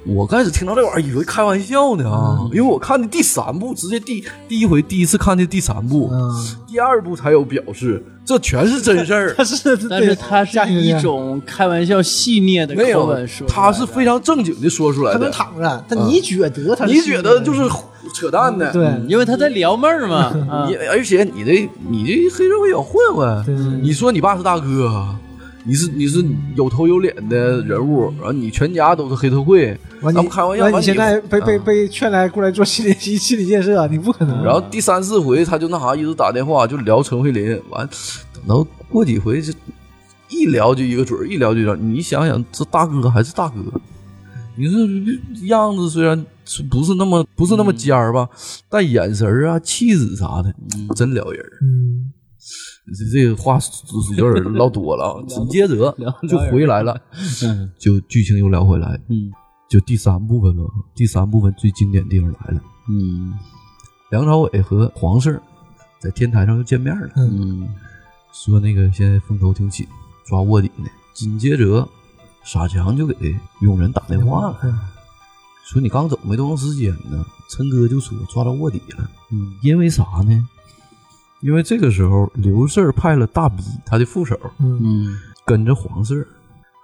我刚开始听到这玩意儿，以为开玩笑呢啊，因为我看的第三部，直接第第一回第一次看的第三部，
嗯，
第二部才有表示，这全是真事儿
他，是
但是
对
他是
下去
一
就这 样
种开玩笑戏谑的
没
口
有
吻说，出来
他
的，
是非常正经的说出来
他能
的。嗯
躺着，但你觉得他是
你觉得就是扯淡呢？
对
因为他在撩妹儿嘛，啊
你而且你这你这黑社会小混
嗯对对对
混，你说你爸是大哥，你是你是有头有脸的人物，然后你全家都是黑社会，
完
咱
你
们开玩笑，
完
完
你现在被被
啊
被劝来过来做心理心理建设，你不可能。
然后第三四回他就那啥，一直打电话就聊陈慧琳，完等到过几回就一聊就一个准儿，一聊就一个准儿。你想想，这大哥还是大哥，你这样子虽然是不是那么不是那
嗯
么尖儿吧，但眼神儿啊、气质啥的，真撩人儿。
嗯，
这这个话有点唠多了啊。紧接着
聊
就回来了，就剧情又聊回来，
嗯，
就第三部分了。第三部分最经典的地方来了。
嗯
梁朝伟和黄胜在天台上又见面了，
嗯
说那个现在风头挺紧，抓卧底呢。紧接着，傻强就给佣人打电话了，说你刚走没多长时间呢，琛哥就说抓到卧底了。
嗯
因为啥呢？因为这个时候刘氏派了大逼他的副手
嗯，
跟着黄氏，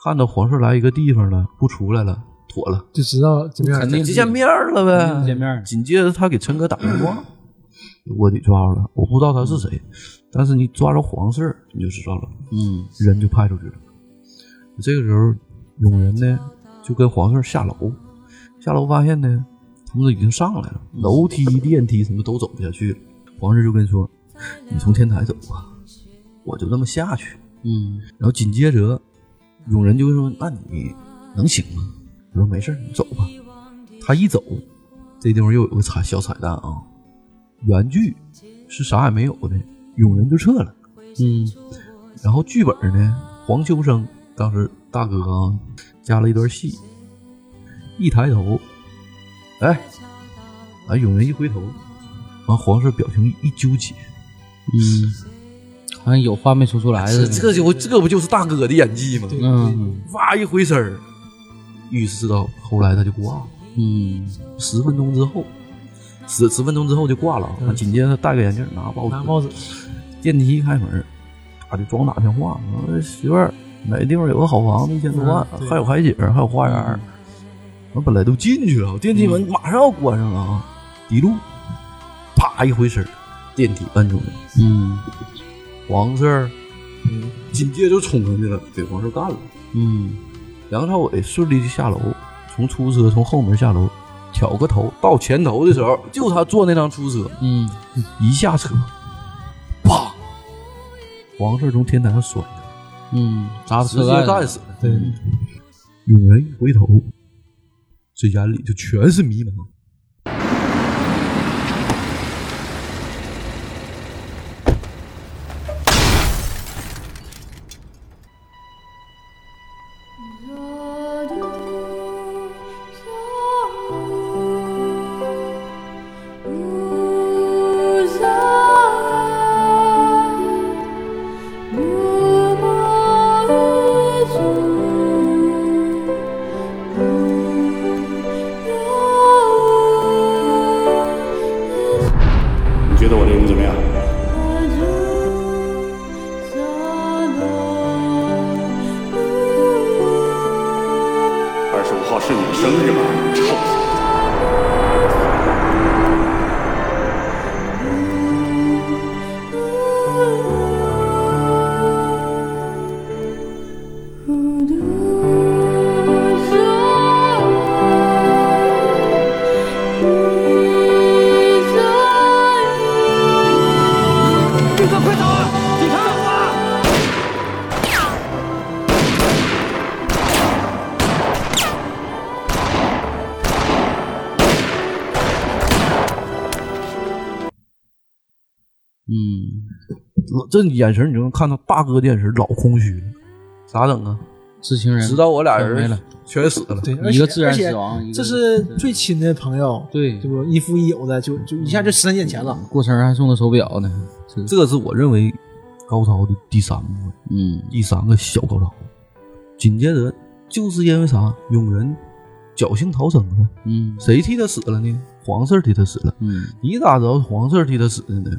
看到黄氏来一个地方了，不出来了，妥了，
就知道怎么样。
就哎见面了
肯定
呗，
见面
紧接着他给陈哥打电话，我得抓着了，我不知道他是谁，但是你抓着黄氏儿你就知道了，
嗯
人就派出去了。这个时候，永仁呢就跟黄氏儿下楼，下楼发现呢，他们都已经上来了，楼梯、电梯什么都走不下去了。黄氏就跟说：“你从天台走吧，我就这么下去。”
嗯
然后紧接着，永仁就说：“那你能行吗？”我说：“没事儿，你走吧。”他一走，这地方又有个彩小彩蛋啊，原剧是啥也没有的，永仁就撤了。
嗯
然后剧本呢，黄秋生当时大哥啊加了一段戏，一抬头，哎，啊，永仁一回头，完黄氏表情一纠结，
嗯，好像有话没说出来
这
似的。
哎这就这不就是大哥的演技吗？
嗯
哇一回身儿，预示到后来他就挂了。
嗯
十分钟之后，十十分钟之后就挂了。啊。紧接着他戴个眼镜，拿报纸，
嗯拿帽子，
电梯一开门，打就装打电话，说媳妇儿哪个地方有个好房子，一千多万，啊
嗯对嗯
还有海景，还有花园。我本来都进去了，电梯门马上要关上了啊！一路，啪一回身儿，电梯摁住了。
嗯
黄四儿，
嗯
紧接着就冲上去了，给黄四儿干了。
嗯
梁朝伟顺利就下楼，从出租车从后门下楼，挑个头到前头的时候，就他坐那辆出租车，
嗯
一下车，啪，黄色从天台上摔的，
嗯，砸
直接干死的。
对，
永元一回头，这眼里就全是迷茫。
你觉得我这人怎么样？
二十五号是你的生日吗？臭
旅客快逃啊！警察来了！
嗯，这眼神你就能看到大哥的眼神老空虚了，咋整啊？
知情人
直到我俩人
没了嗯
全死了，
对，而且而且这是最亲的朋友，
对，
对不？一夫一友的，就就一下就实在眼前了。
过生日还送他手表呢，
这是我认为高潮的第三部分，
嗯，
第三个小高潮。紧接着就是因为啥，永仁侥幸逃生了，
嗯，
谁替他死了呢？黄四儿替他死了，
嗯，
你咋知道黄四儿替他死的呢？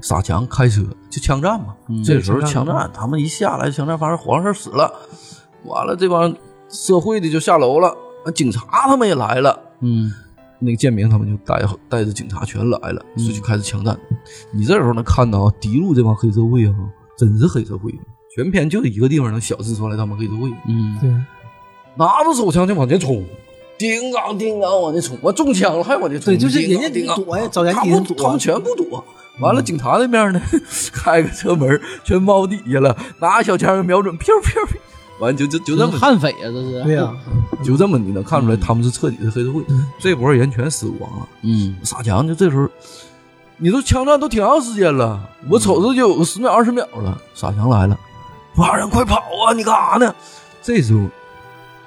傻强开车就枪战嘛，
嗯
这时候
对
枪
枪战
战，他们一下来枪战，发现黄四儿死了，完了这帮社会的就下楼了，啊警察他们也来了。
嗯，
那个建明他们就带带着警察全来了，
嗯
所以就开始枪战。你这时候能看到啊，迪路这帮黑社会啊，真是黑社会。全篇就一个地方能小字出来他们黑社会，
嗯，
对，
拿着手枪就往前冲，叮当叮当往前冲，我中枪了还往前冲，
对就是
叮当啊
人家
叮当
躲呀找人
他
人
不
躲嗯
他们全不躲。完了，警察那边呢， 开个车门全猫底下了，拿小枪瞄准，飘飘飘，完就就就
嗯
这么
悍匪啊，这是
对呀，
就这么你能看出来
嗯
他们是彻底的黑社会，这波人全死光了。
嗯，
傻强就这时候，你都枪战都挺长时间了，
嗯
我瞅着就有个十秒二十秒了，傻强来了，八人快跑啊！你干啥呢？这时候，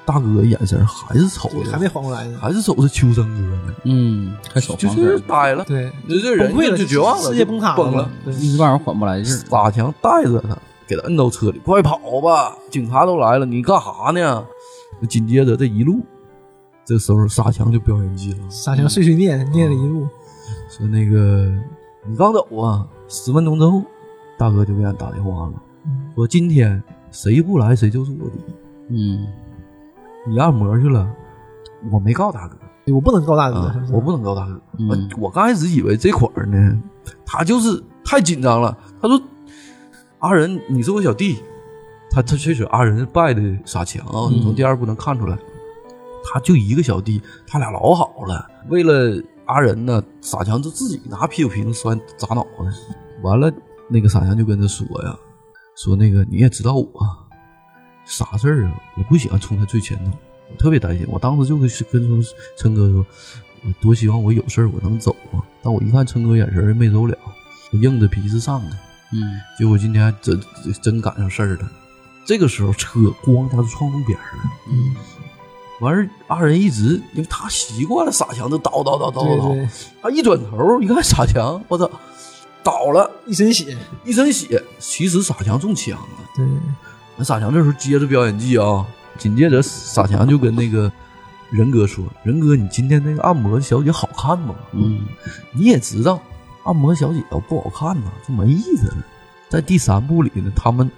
大哥眼神还是瞅着，
还没缓过来呢，
还是瞅着秋生哥呢，
嗯，还手
就
黄
是
色，
呆了，
对，
就这人
崩溃
就
了
就绝望了，
世界崩塌
就崩
了
了。
一般人缓不来劲儿。
傻强带着他，给他摁到车里，快跑吧！警察都来了，你干啥呢？紧接着这一路，这时候傻强就飙演技了，
傻强碎碎
嗯
念念了一路，
说那个你刚走啊，十分钟之后，大哥就给俺打电话了，说今天谁不来谁就是我的。
嗯，
你按摩去了，我没告大哥，
我不能告大哥
啊，我不能告大哥。我
嗯
我刚开始以为这款儿呢，他就是太紧张了。他说：“阿仁，你是我小弟。他”他确实阿仁拜的傻强啊，你从第二部能看出来，他就一个小弟，他俩老好了。为了阿仁呢，傻强就自己拿啤酒瓶摔砸脑袋。完了，那个傻强就跟他说呀：“说那个你也知道我啊啥事儿啊，我不喜欢冲在最前头，我特别担心。我当时就跟跟陈哥说，我多希望我有事儿我能走啊。但我一看陈哥眼神儿没走了，我硬着皮子上的。
嗯，
结果今天还真真赶上事儿了。这个时候车咣一下就撞路边儿了。嗯，完事儿二人一直，因为他习惯了傻强的叨叨叨叨
对
叨
对
叨，他一转头一看傻强，我操，倒了
一身血，
一身血。其实傻强中枪啊了。
对，
那傻强这时候接着表演技啊，紧接着傻强就跟那个仁哥说：“仁哥，你今天那个按摩小姐好看吗？
嗯，
你也知道，按摩小姐要不好看呢，就没意思了。”在第三部里呢，他们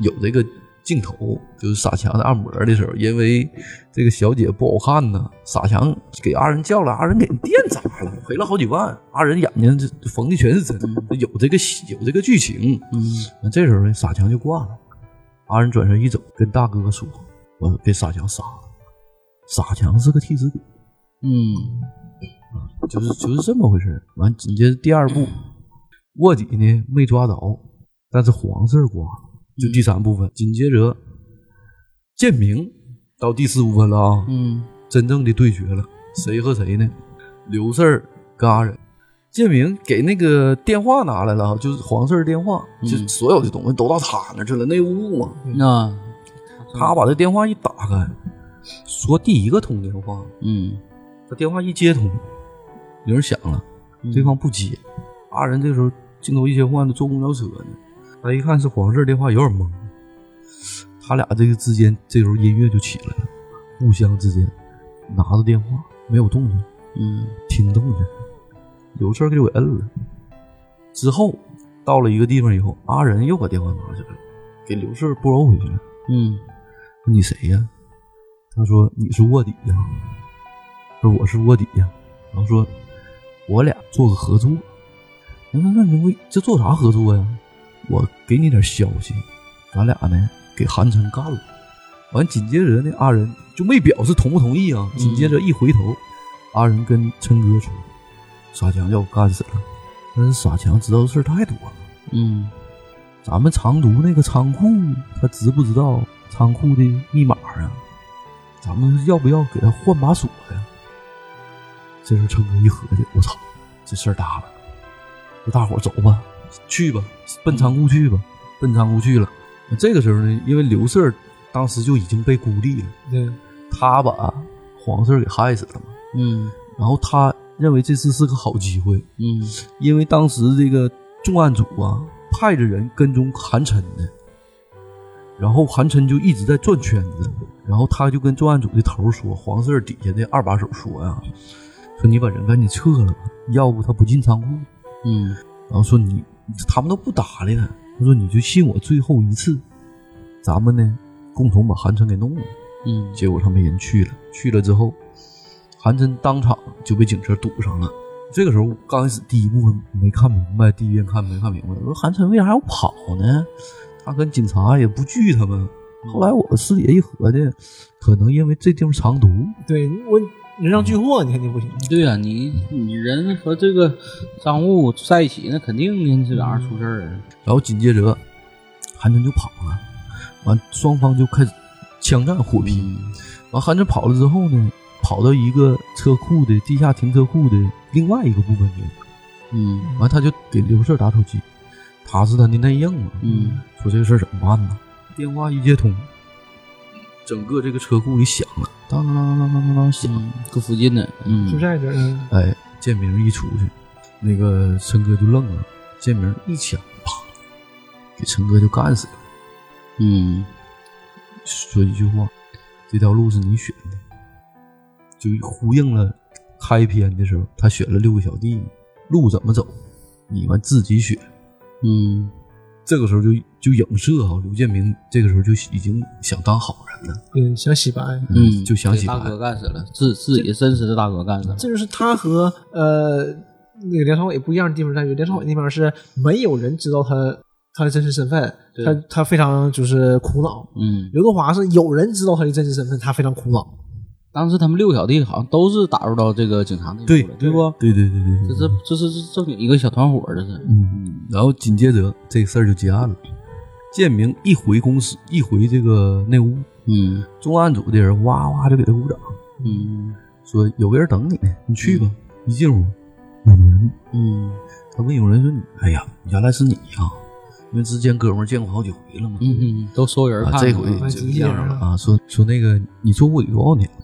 有这个镜头，就是傻强在按摩的时候，因为这个小姐不好看呢，傻强给阿仁叫了，阿仁给人电砸了，赔了好几万，阿仁眼睛这缝的全是针，有这个戏有这个剧情。嗯，这时候呢，傻强就挂了。阿仁转身一走，跟大哥说：“我给傻强杀了。傻强是个替死鬼，啊
嗯，
就是就是这么回事儿。”完，紧接着第二步，卧底呢没抓着，但是黄色瓜就第三部分，紧接着建明到第四部分了啊，
嗯，
真正的对决了，谁和谁呢？刘四儿跟阿忍，建明给那个电话拿来了啊，就是黄四儿电话，就所有的东西都到他那儿去了，那屋嘛，
那
他把这电话一打开，说第一个通电话，
嗯，
他电话一接通，铃儿响了，
嗯
对方不接，阿仁这时候镜头一切换，坐公交车呢，他一看是黄四儿电话，有点懵，他俩这个之间这时候音乐就起来了，互相之间拿着电话没有动静，
嗯，
听动静，有事儿就给摁了。之后到了一个地方以后，阿仁又把电话拿起来了，给刘四儿拨回去了。
嗯，
说你谁呀？他说你是卧底呀。说我是卧底呀。然后说我俩做个合作。那那那你为这做啥合作呀？我给你点消息，咱俩呢给韩城干了。完，紧接着呢，阿仁就没表示同不同意啊。紧接着一回头，阿仁跟琛哥说：“傻强要我干死了。”但是傻强知道的事儿太多了。
嗯，
咱们长途那个仓库，他知不知道仓库的密码啊？咱们要不要给他换把锁呀、这时候成哥一合计，我操，这事儿大了！那大伙儿走吧，去吧，奔仓库去吧，奔仓库去了。这个时候呢，因为刘四儿当时就已经被孤立了，
对，
他把黄四儿给害死了嘛。
嗯
然后他认为这次是个好机会，
嗯，
因为当时这个重案组啊派着人跟踪韩琛呢，然后韩琛就一直在转圈子，然后他就跟重案组的头说，黄四儿底下的二把手说呀、说你把人赶紧撤了吧，要不他不进仓库。
嗯，
然后说你他们都不搭理他，他说你就信我最后一次，咱们呢共同把韩琛给弄了。
嗯，
结果他们人去了，去了之后，韩琛当场就被警车堵上了。这个时候刚开始第一部分没看明白，第一遍看没看明白，我说韩琛为啥要跑呢？他跟警察也不惧他们。后来我私底下一合计，可能因为这地方藏毒，
对我人让俱获，你肯定不行。
对呀、你你人和这个赃物在一起，那肯定这玩意儿出事儿啊。
然后紧接着韩琛就跑了，完双方就开始枪战火拼。完韩琛跑了之后呢，跑到一个车库的地下停车库的另外一个部分去，
嗯，
完他就给刘四打手机，他是他的内应嘛，
嗯，
说这个事儿怎么办呢？电话一接通，整个这个车库里响了，当当当当当当当响，
搁附近的，嗯，
就在这儿，嗯
哎，建明一出去，那个陈哥就愣了，建明一枪，啪，给陈哥就干死了。
嗯，
说一句话，这条路是你选的，就呼应了开篇的时候，他选了六个小弟，路怎么走，你们自己选。
嗯，
这个时候就就影射啊，刘建明这个时候就已经想当好人了，
对，想洗白，
嗯，
就想起
大
来
哥干死了，自自己真实的大哥干死了。
这就是他和呃那个梁朝伟不一样的地方在于，梁朝伟那边是没有人知道他他的真实身份，
对
他他非常就是苦恼。
嗯，
刘德华是有人知道他的真实身份，他非常苦恼。
当时他们六个小弟好像都是打入到这个警察内部
对
了，对不？
对对对对
这
对，
是这是这是正经一个小团伙，这是。
嗯，然后紧接着这个事儿就结案了。建明一回公司，一回这个内屋，
嗯，
重案组的人哇哇就给他鼓掌，
嗯
说有个人等你呢，你去吧。一进屋，有人，
嗯，
他问有人说你，哎呀，原来是你呀、因为之前哥们儿见过好几回了嘛。
嗯嗯，都收人
啊
看、，
这回
嗯
这见着了啊，说说那个你做卧底多少年了？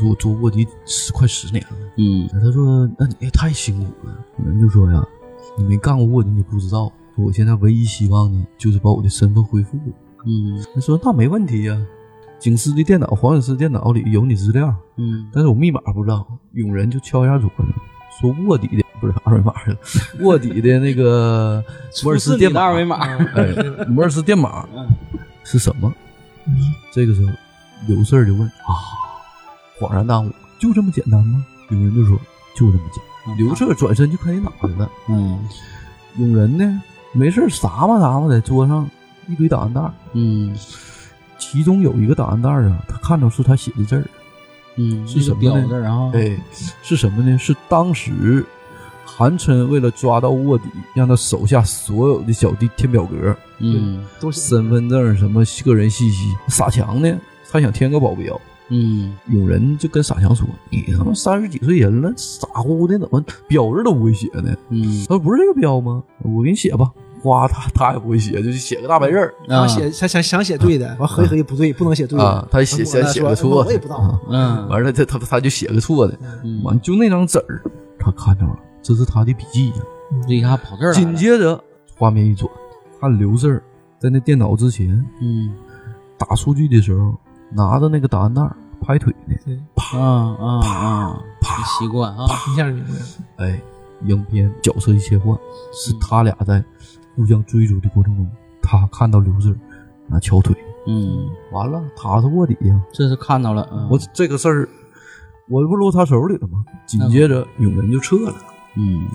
说我做卧底十快十年了。
嗯，
他说那你也太辛苦了。有人就说呀，你没干过卧底，你不知道。说我现在唯一希望呢，就是把我的身份恢复了。
嗯
他说那没问题呀、警司的电脑，黄警司电脑里有你资料，
嗯
但是我密码不知道。永仁就敲一下桌子，说卧底的不是二维码去了，卧底的那 个摩尔斯电
出示你的
码，
二维码
哎，摩尔斯电码
嗯
是什么？这个时候，刘四儿就问啊，恍然大悟，就这么简单吗？永仁就说就这么简单。刘四儿转身就开电脑去了，
嗯
永仁呢没事儿撒吧撒吧在桌上一堆档案袋儿，
嗯
其中有一个档案袋儿啊，他看到是他写的字儿。
嗯，
是什么呢哎
表字，然后
哎，是什么呢？是当时韩琛为了抓到卧底，让他手下所有的小弟填表格，
嗯，
都身份证什么个人信息。傻强呢，他想填个保镖，
嗯，
有人就跟傻强说：“你他妈三十几岁人了，傻乎乎的，怎么标字都不会写呢？”
嗯，
他说：“不是这个标吗？我给你写吧。”哇，他他也不会写，就写个大白字儿。
他写他想想写对的，完合计合计不对，不能写对
啊
的，，
他写先
然后我
写
说哎
个错
我
的，
也不知道，
啊
嗯，
完了他他他就写个错的，完就那张纸儿，他看着了，这是他的笔记呀。
嗯这一下跑这儿来了
紧接着画面一转，看刘四儿在那电脑之前
嗯，
打数据的时候，拿着那个答案袋儿拍腿呢，
啊啊啊，
啪
习惯啊，
一下就明白了。
哎，影片角色一切换，是他俩在互相追逐的过程中，他看到刘四儿拿敲腿，
嗯，
完了，他是卧底呀、
这是看到了，嗯
我这个事儿，我不落他手里了吗？紧接着永仁就撤了，
嗯，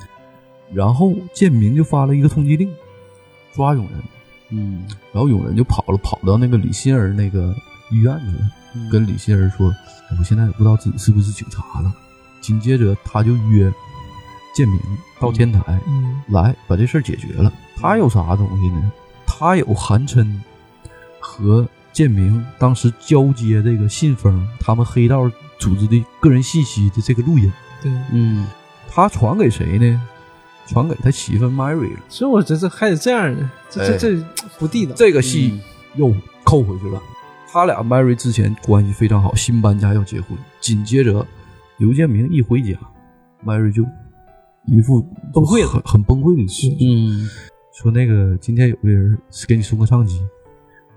然后建明就发了一个通缉令，抓永仁，
嗯，
然后永仁就跑了，跑到那个李杏儿那个医院去了，
嗯
跟李杏儿说，我现在也不知道自己是不是警察了。紧接着他就约建明到天台，
嗯
来把这事儿解决了。他有啥东西呢？他有韩琛和建明当时交接这个信封，他们黑道组织的个人信息的这个录音。
对，
嗯，
他传给谁呢？传给他媳妇 Mary 了。
所以我觉得这还得这样呢，这这这不地道。
哎这个戏又扣回去了。他俩 Mary 之前关系非常好，新搬家要结婚。紧接着，刘建明一回家，Mary 就一副崩溃很很崩溃的事。
嗯，
说那个今天有个人给你送个唱机，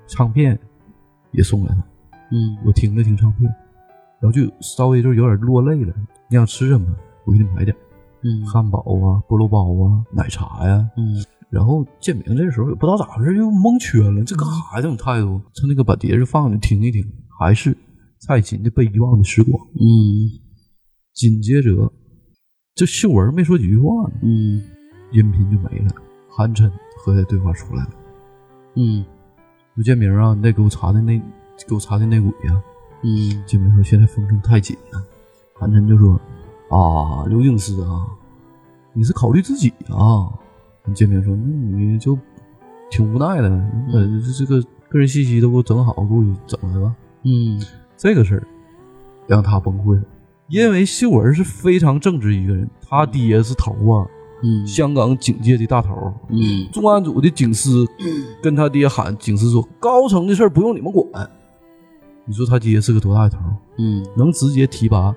唱片也送来了。
嗯，
我听了听唱片，然后就稍微就有点落泪了。你想吃什么？我给你买点。
嗯，
汉堡啊，菠萝包啊，奶茶呀、
嗯，
然后建明这时候也不知道咋回事，就蒙圈了，这干啥呀？这种态度，他那个把碟子放着听一听，还是蔡琴的《被遗忘的时光》。
嗯，
紧接着这秀文没说几句话呢，
嗯，
音频就没了，韩琛和他对话出来了。
嗯，
刘建明啊，你再给我查查那，给我查查内鬼呀、
嗯，
建明说现在风声太紧了，韩琛就说啊，刘警司啊，你是考虑自己啊。建明说，那你就挺无奈的，你把这个个人信息都给我整好，给我整来吧。
嗯，
这个事儿让他崩溃了，因为秀文是非常正直一个人，他爹是头啊，
嗯，
香港警界的大头，
嗯，
重案组的警司跟他爹喊，警司说高层的事儿不用你们管。你说他爹是个多大的头？
嗯，
能直接提拔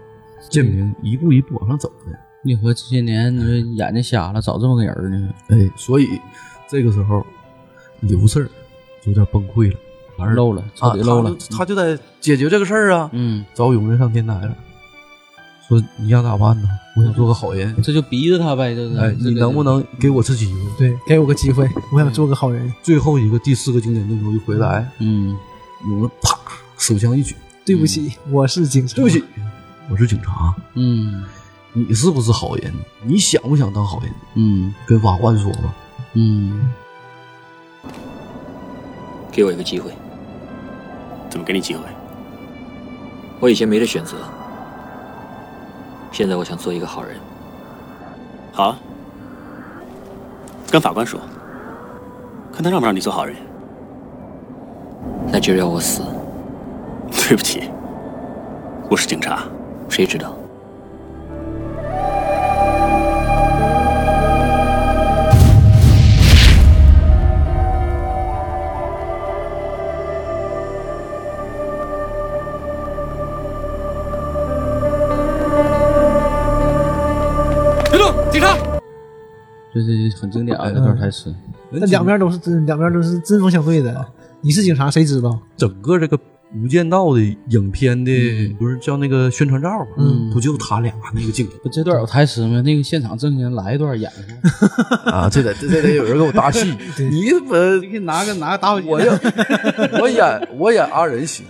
建明一步一步往上走的。
你和这些年你说眼睛瞎了，找这么个人呢？
哎，所以这个时候刘四儿有点崩溃了，完事儿
漏了彻底漏了
啊他就他就得解决这个事儿啊。
嗯，
找永仁上天台了，说你想咋办呢？我想做个好人，
嗯这就逼着他呗，这是。
哎，
这
你
个
能不？能给我次机会？
对，给我个机会，我想做个好人。
最后一个第四个经典镜头一回来，
嗯，
永仁啪手枪一举，
对不起，我是警察。
嗯对不起，我是警察，
嗯
你是不是好人？你想不想当好人？
嗯
跟法官说吧。
嗯
给我一个机会，
怎么给你机会？
我以前没这选择，现在我想做一个好人。
好啊，跟法官说，看他让不让你做好人。
那就要我死，
对不起，我是警察。
谁知道？
别动，警察！
这是很经典啊，这段台词。
嗯
那两边都是针，两边都是针锋相对的。你是警察，谁知道？
整个这个《无间道》的影片的，不是叫那个宣传照吗？
嗯
不就他俩那个镜头
不，这段有台词吗？那个现场证人来一段演一下。
啊？这得这得有人给我搭戏， 你
你
把
可以拿个拿个打火机。
我要 我演我演阿仁 行，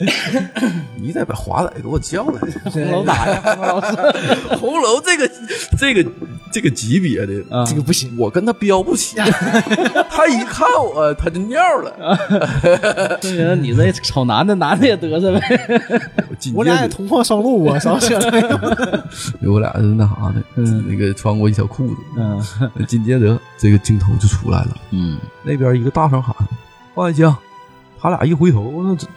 你得把华仔给我叫来。
红楼打呀，红楼
红楼这个这个这个级别的，
啊
这个不行，
我跟他飙不 起，他一看我他就尿了。
啊对呀，你这瞅男的，男的也
也得瑟呗。
我俩也 同框上路啊，啥想的？
我俩是那啥的，
嗯
那个穿过一条裤子，嗯，紧接着这个镜头就出来了，
嗯，
那边一个大声喊万万香，他俩一回头，那这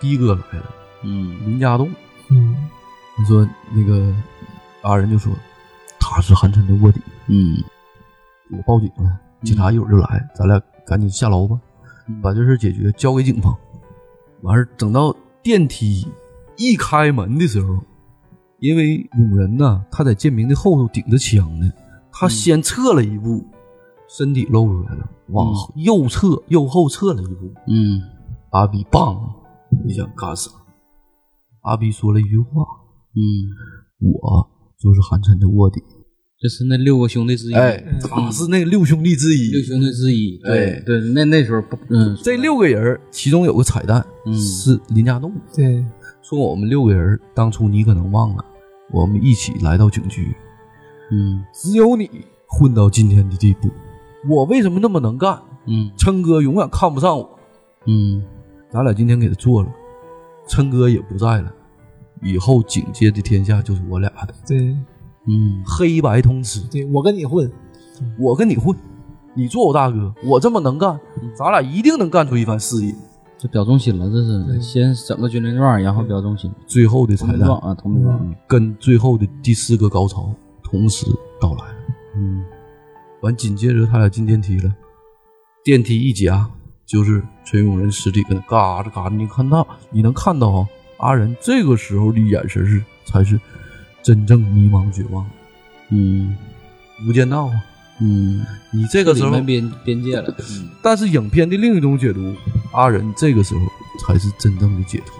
逼哥来了，
嗯，
林家栋，
嗯，
你说那个阿仁就说他是韩琛的卧底，
嗯，
我报警了，警察一会儿就来，咱俩赶紧下楼吧，
嗯
把这事解决，交给警方。完事儿等到电梯一开门的时候，因为永仁呐，他在建明的后头顶着枪呢，他
嗯
先撤了一步，身体露出来了，往右侧右后撤了一步。
嗯，
阿 B 棒啊，你想干啥？阿 B 说了一句话，
嗯，
我就是韩琛的卧底。
这是那六个兄弟之一，
哎，他是那六兄弟之一，
六兄弟之一，对
哎
对，那那时候不，嗯，
这六个人儿其中有个彩蛋，是林家栋。
对，
说我们六个人儿当初你可能忘了，我们一起来到警局，
嗯，
只有你混到今天的地步。我为什么那么能干？
嗯，
琛哥永远看不上我。
嗯，
咱俩今天给他做了，琛哥也不在了，以后警界的天下就是我俩的，
对，
嗯，
黑白通吃。
对我跟你混，
我跟你混，你做我大哥，我这么能干，咱俩一定能干出一番事业。
这表忠心了，这是先整个军令状，然后表忠心，
最后的彩
同
蛋
名状啊，同名状，嗯
跟最后的第四个高潮同时到来了。
嗯，
完紧接着他俩进电梯了，电梯一夹就是崔永仁尸体搁那嘎吱嘎吱，你看那你能看到啊，阿仁这个时候的眼神是才是真正迷茫绝望。
嗯，
无间道啊，
嗯，
你这个时
里
候
面边边界了，嗯
但是影片的另一种解读，阿仁这个时候才是真正的解脱。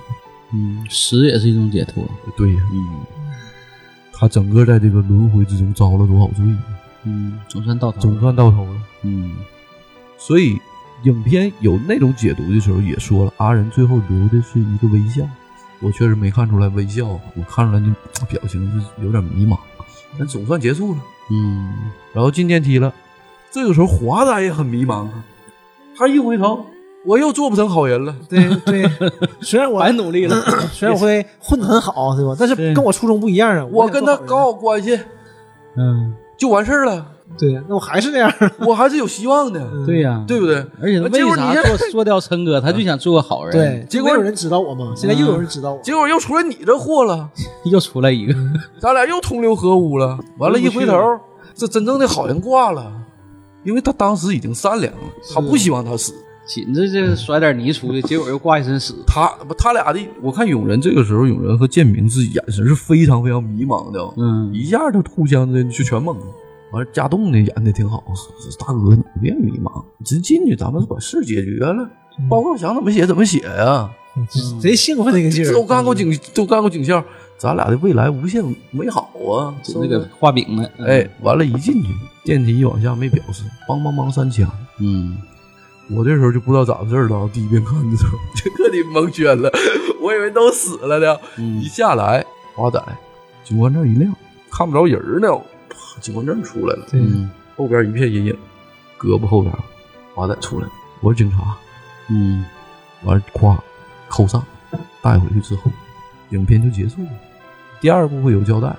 嗯，死也是一种解脱。
对呀、
嗯，
他整个在这个轮回之中遭了多少罪呢？
嗯，总算到头，
总算到头了。
嗯，
所以影片有那种解读的时候也说了，阿仁最后留的是一个微笑。我确实没看出来微笑，我看出来你表情是有点迷茫，但总算结束了。
嗯，
然后进电梯了，这个时候华仔也很迷茫啊，他一回头，我又做不成好人了。
对对， 虽然我
哎
白努力了，
虽然我会混得很好，对吧？但是跟我初衷不一样啊，
我
想
跟
做
他
好人
搞好关 系
嗯，
就完事儿了，
对呀，那我还是那样，
我还是有希望的，
对嗯呀，
对不对？
而且他
结
为
果你
啥
现
做
在
做掉琛哥，他就想做个好人，
对，
结果
没有人知道我嘛，现在又有人知道我，
结果又出来你这货了，
又出来一个，
咱俩又同流合污了。完了，一回头，这真正的好人挂了，因为他当时已经善良了，他不希望他死。
紧着这甩点泥出去，结果又挂一身屎。
他不，他俩的，我看永仁这个时候，永仁和建明是眼神是非常非常迷茫的，
嗯
一下就互相的就全懵了。完了，家栋呢演的挺好，说大哥你别迷茫，直进去，咱们把事解决了，报告想怎么写怎么写呀、
嗯贼兴奋那个劲儿，
都干过警，都干过警校，咱俩的未来无限美好啊！是
就
不
那
是
个画饼的，嗯
哎，，完了，一进去电梯一往下没表示，梆梆梆三枪。
嗯，
我这时候就不知道咋回事了啊。第一遍看的时候 就彻底蒙圈了，我以为都死了呢。
嗯
一下来，华仔警官证一亮，看不着人儿呢，啪警官证出来了，
嗯
后边一片阴影，胳膊后边，华仔出来了，我是警察。
嗯
完了夸扣上，带回去之后，影片就结束了。第二部会有交代，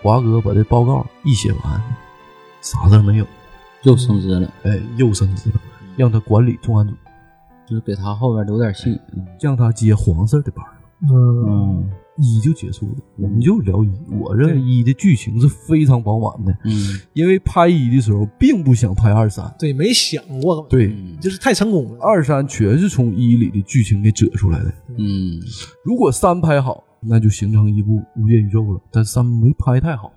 华哥把这报告一写完，啥事儿没有，
又升职了，
哎，又升职了，让他管理重案组，
就是给他后边留点戏。嗯
让他接黄色的班儿。
嗯，
嗯
一就结束了，我们就聊一。我认为一的剧情是非常饱满的，
嗯
因为拍一的时候并不想拍二三，
对，没想过，
对，
嗯
就是太成功了，
二三全是从一里的剧情给折出来的。
嗯
如果三拍好，那就形成一部无界宇宙了。但三没拍太好，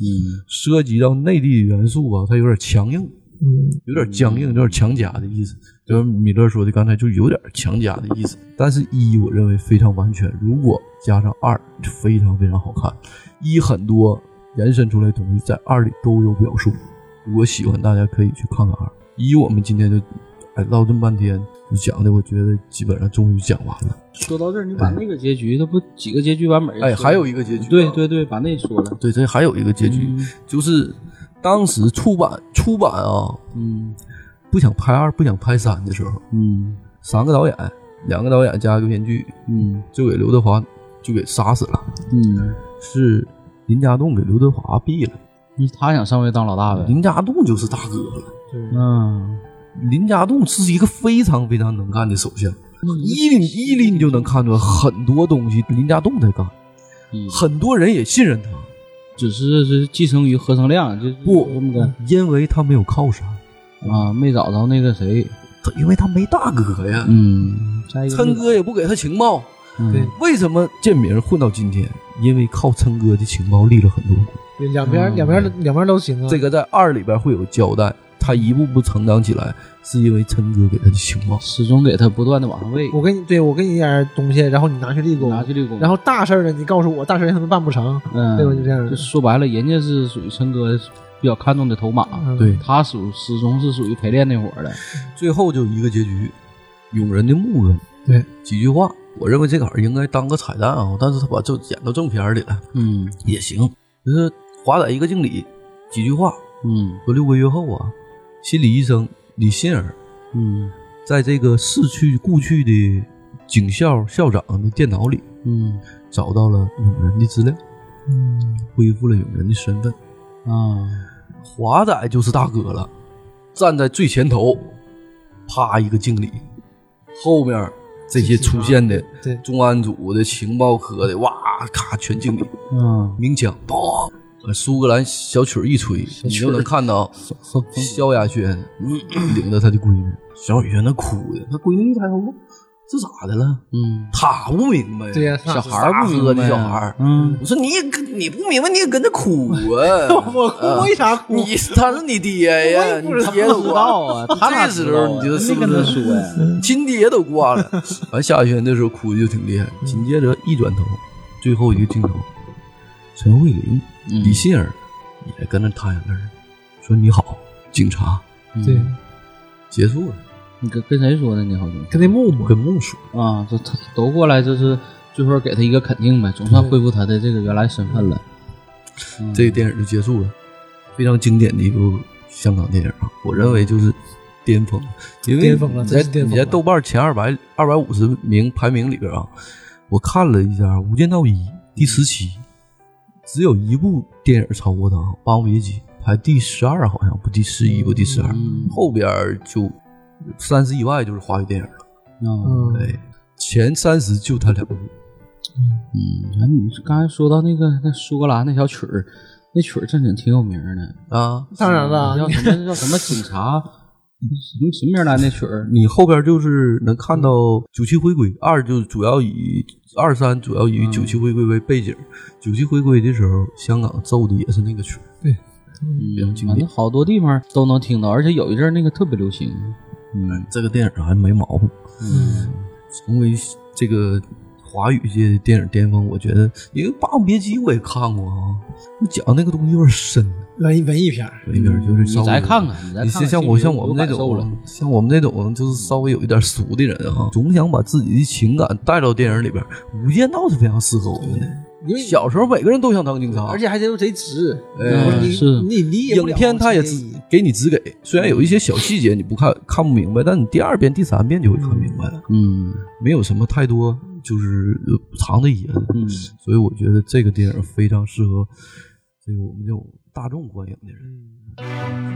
嗯
涉及到内地元素吧，它有点强硬，
嗯，
有点僵硬，有点强加的意思。就是米勒说的，刚才就有点强加的意思。但是一我认为非常完全，如果加上二，就非常非常好看。一很多延伸出来的东西在二里都有表述。如果喜欢，大家可以去看看二。一我们今天就哎唠这么半天，就讲的我觉得基本上终于讲完了。
说到这儿，你把那个结局，这不几个结局版本？
哎，还有一个结局啊，
对对对，把那说了。
对，这还有一个结局，
嗯
就是当时出版出版啊，
嗯
不想拍二，不想拍三的时候，
嗯
三个导演两个导演加一个编剧，嗯，就给刘德华就给杀死了，嗯，是林家栋给刘德华毙了，
他想上位当老大呗，
林家栋就是大哥了，
嗯，
林家栋是一个非常非常能干的首相，一零一零你就能看出来很多东西林家栋在干，很多人也信任他，
只是是继承于何成亮，就
不
这么的
因为他没有靠山
啊，没找着那个谁，
因为他没大哥呀，
嗯，再一个嗯
琛哥也不给他情报，对，为什么建明混到今天？因为靠琛哥的情报立了很多功。
对两边、两边两边都行啊。
嗯这个在二里边会有交代，他一步步成长起来，是因为琛哥给他的情报，
始终给他不断的往上喂。
我给你，对我给你一点东西，然后你拿去立功，拿
去立功。
然后大事儿呢，你告诉我，大事儿他们办不成，
嗯，
对吧？就这样。
说白了，人家是属于琛哥比较看重的头马，
嗯
对
他属始终是属于陪练那伙儿的。
最后就一个结局，永仁的木头
对
几句话，我认为这个儿应该当个彩蛋啊、但是他把这演到正片儿里了，
嗯，
也行，就是华仔一个敬礼，几句话，
嗯，
说六个月后啊，心理医生李杏儿，
嗯，
在这个逝去故去的警校校长的电脑里，
嗯，
找到了永仁的资料，
嗯，
恢复了永仁的身份，
啊，
华仔就是大哥了，站在最前头，啪一个敬礼，后面这些出现的
对
重案组的情报科的，哇咔全敬礼，
嗯，
鸣枪，嘣，呃苏格兰小曲儿一吹，你就能看到萧亚轩领着他的闺女，萧亚轩那哭的，他闺女一抬头，这咋的了？
嗯，
他不明白，
对呀
小孩儿
咋
不明
喝
白
的
小
小
孩
孩
儿
儿，嗯，
我说你也跟你不明白，你也跟着哭啊！
我哭为啥哭？
你他是你爹
我
呀，
也
你
不知道
爹都挂
啊 他哪
这时候你觉得是不是
知道啊没
亲爹都挂了。 嗯完，夏亚轩那时候哭的就挺厉害。紧接着一转头，最后一个镜头，陈慧琳、李杏儿也跟着他俩那儿说：“你好，警察。”
对，
结束了。
你跟跟谁说的呢？好像
跟那木木
跟木说
啊，这他都过来，这是最后给他一个肯定呗，总
嗯
算恢复他的这个原来身份了。
这个电影就结束了，非常经典的一部香港电影啊，我认为就是巅峰，因为
巅峰了
你
真
在
是巅峰
你在
了
豆瓣前二百二百五十名排名里边啊，我看了一下《无间道一》第十期，只有一部电影超过它，啊《霸王别姬》排第十二，好像不第十一不第十二，
嗯
后边就三十以外就是华语电影
嗯
了，哎，前三十就它两部，
嗯，那你刚才说到那个那苏格兰那小曲儿，那曲儿正经挺有名儿的
啊。
当然了，
叫什么叫什么警察，什么什么名儿来那曲儿？
你后边就是能看到
嗯
九七回归，二就主要以二三主要
嗯
以九七回归为背景。九七回归的时候，香港奏的也是那个曲儿，
对，
嗯，反正好多地方都能听到，而且有一阵儿那个特别流行。
嗯，这个电影还没毛病，哎
嗯，
成为这个华语界电影巅峰。我觉得，因为《霸王别姬》我也看过啊，我讲那个东西有点深，
文艺文艺片儿，
有一点就是稍
嗯你
微
再看看你再看看
像像我
其实
像我们那
有感受了
种像我们那种就是稍微有一点俗的人啊，总想把自己的情感带到电影里边，《无间道》是非常适合我们的。
嗯
因为
小时候每个人都想当警察，
而且还真贼直，
啊哎
你
是
你理解不
影
了
片它也
这些
只给你只给，虽然有一些小细节你不看看不明白，但你第二遍、第三遍就会看明白了，
嗯，
没有什么太多就是呃藏的掖着。
嗯，
所以我觉得这个电影非常适合这个我们这种大众观影的人。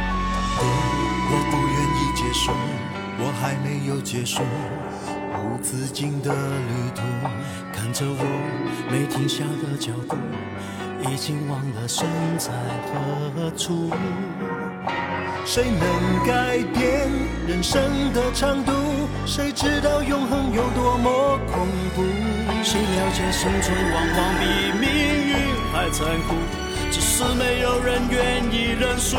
我不愿意结束，我还没有结束无止境的旅途。看着我没停下的脚步，已经忘了身在何处。谁能改变人生的长度？谁知道永恒有多么恐怖？谁了解生存往往比命运还残酷？只是没有人愿意认输。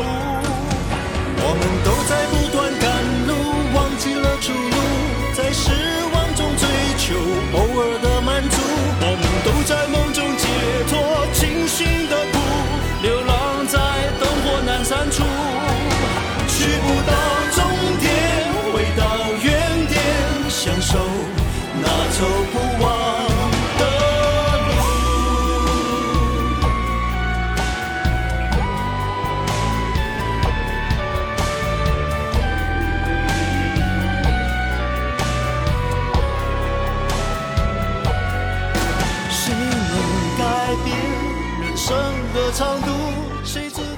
我们都在不断赶路，忘记了出路，在失望中追求偶尔的满足。我们都在梦中记
长度，谁知？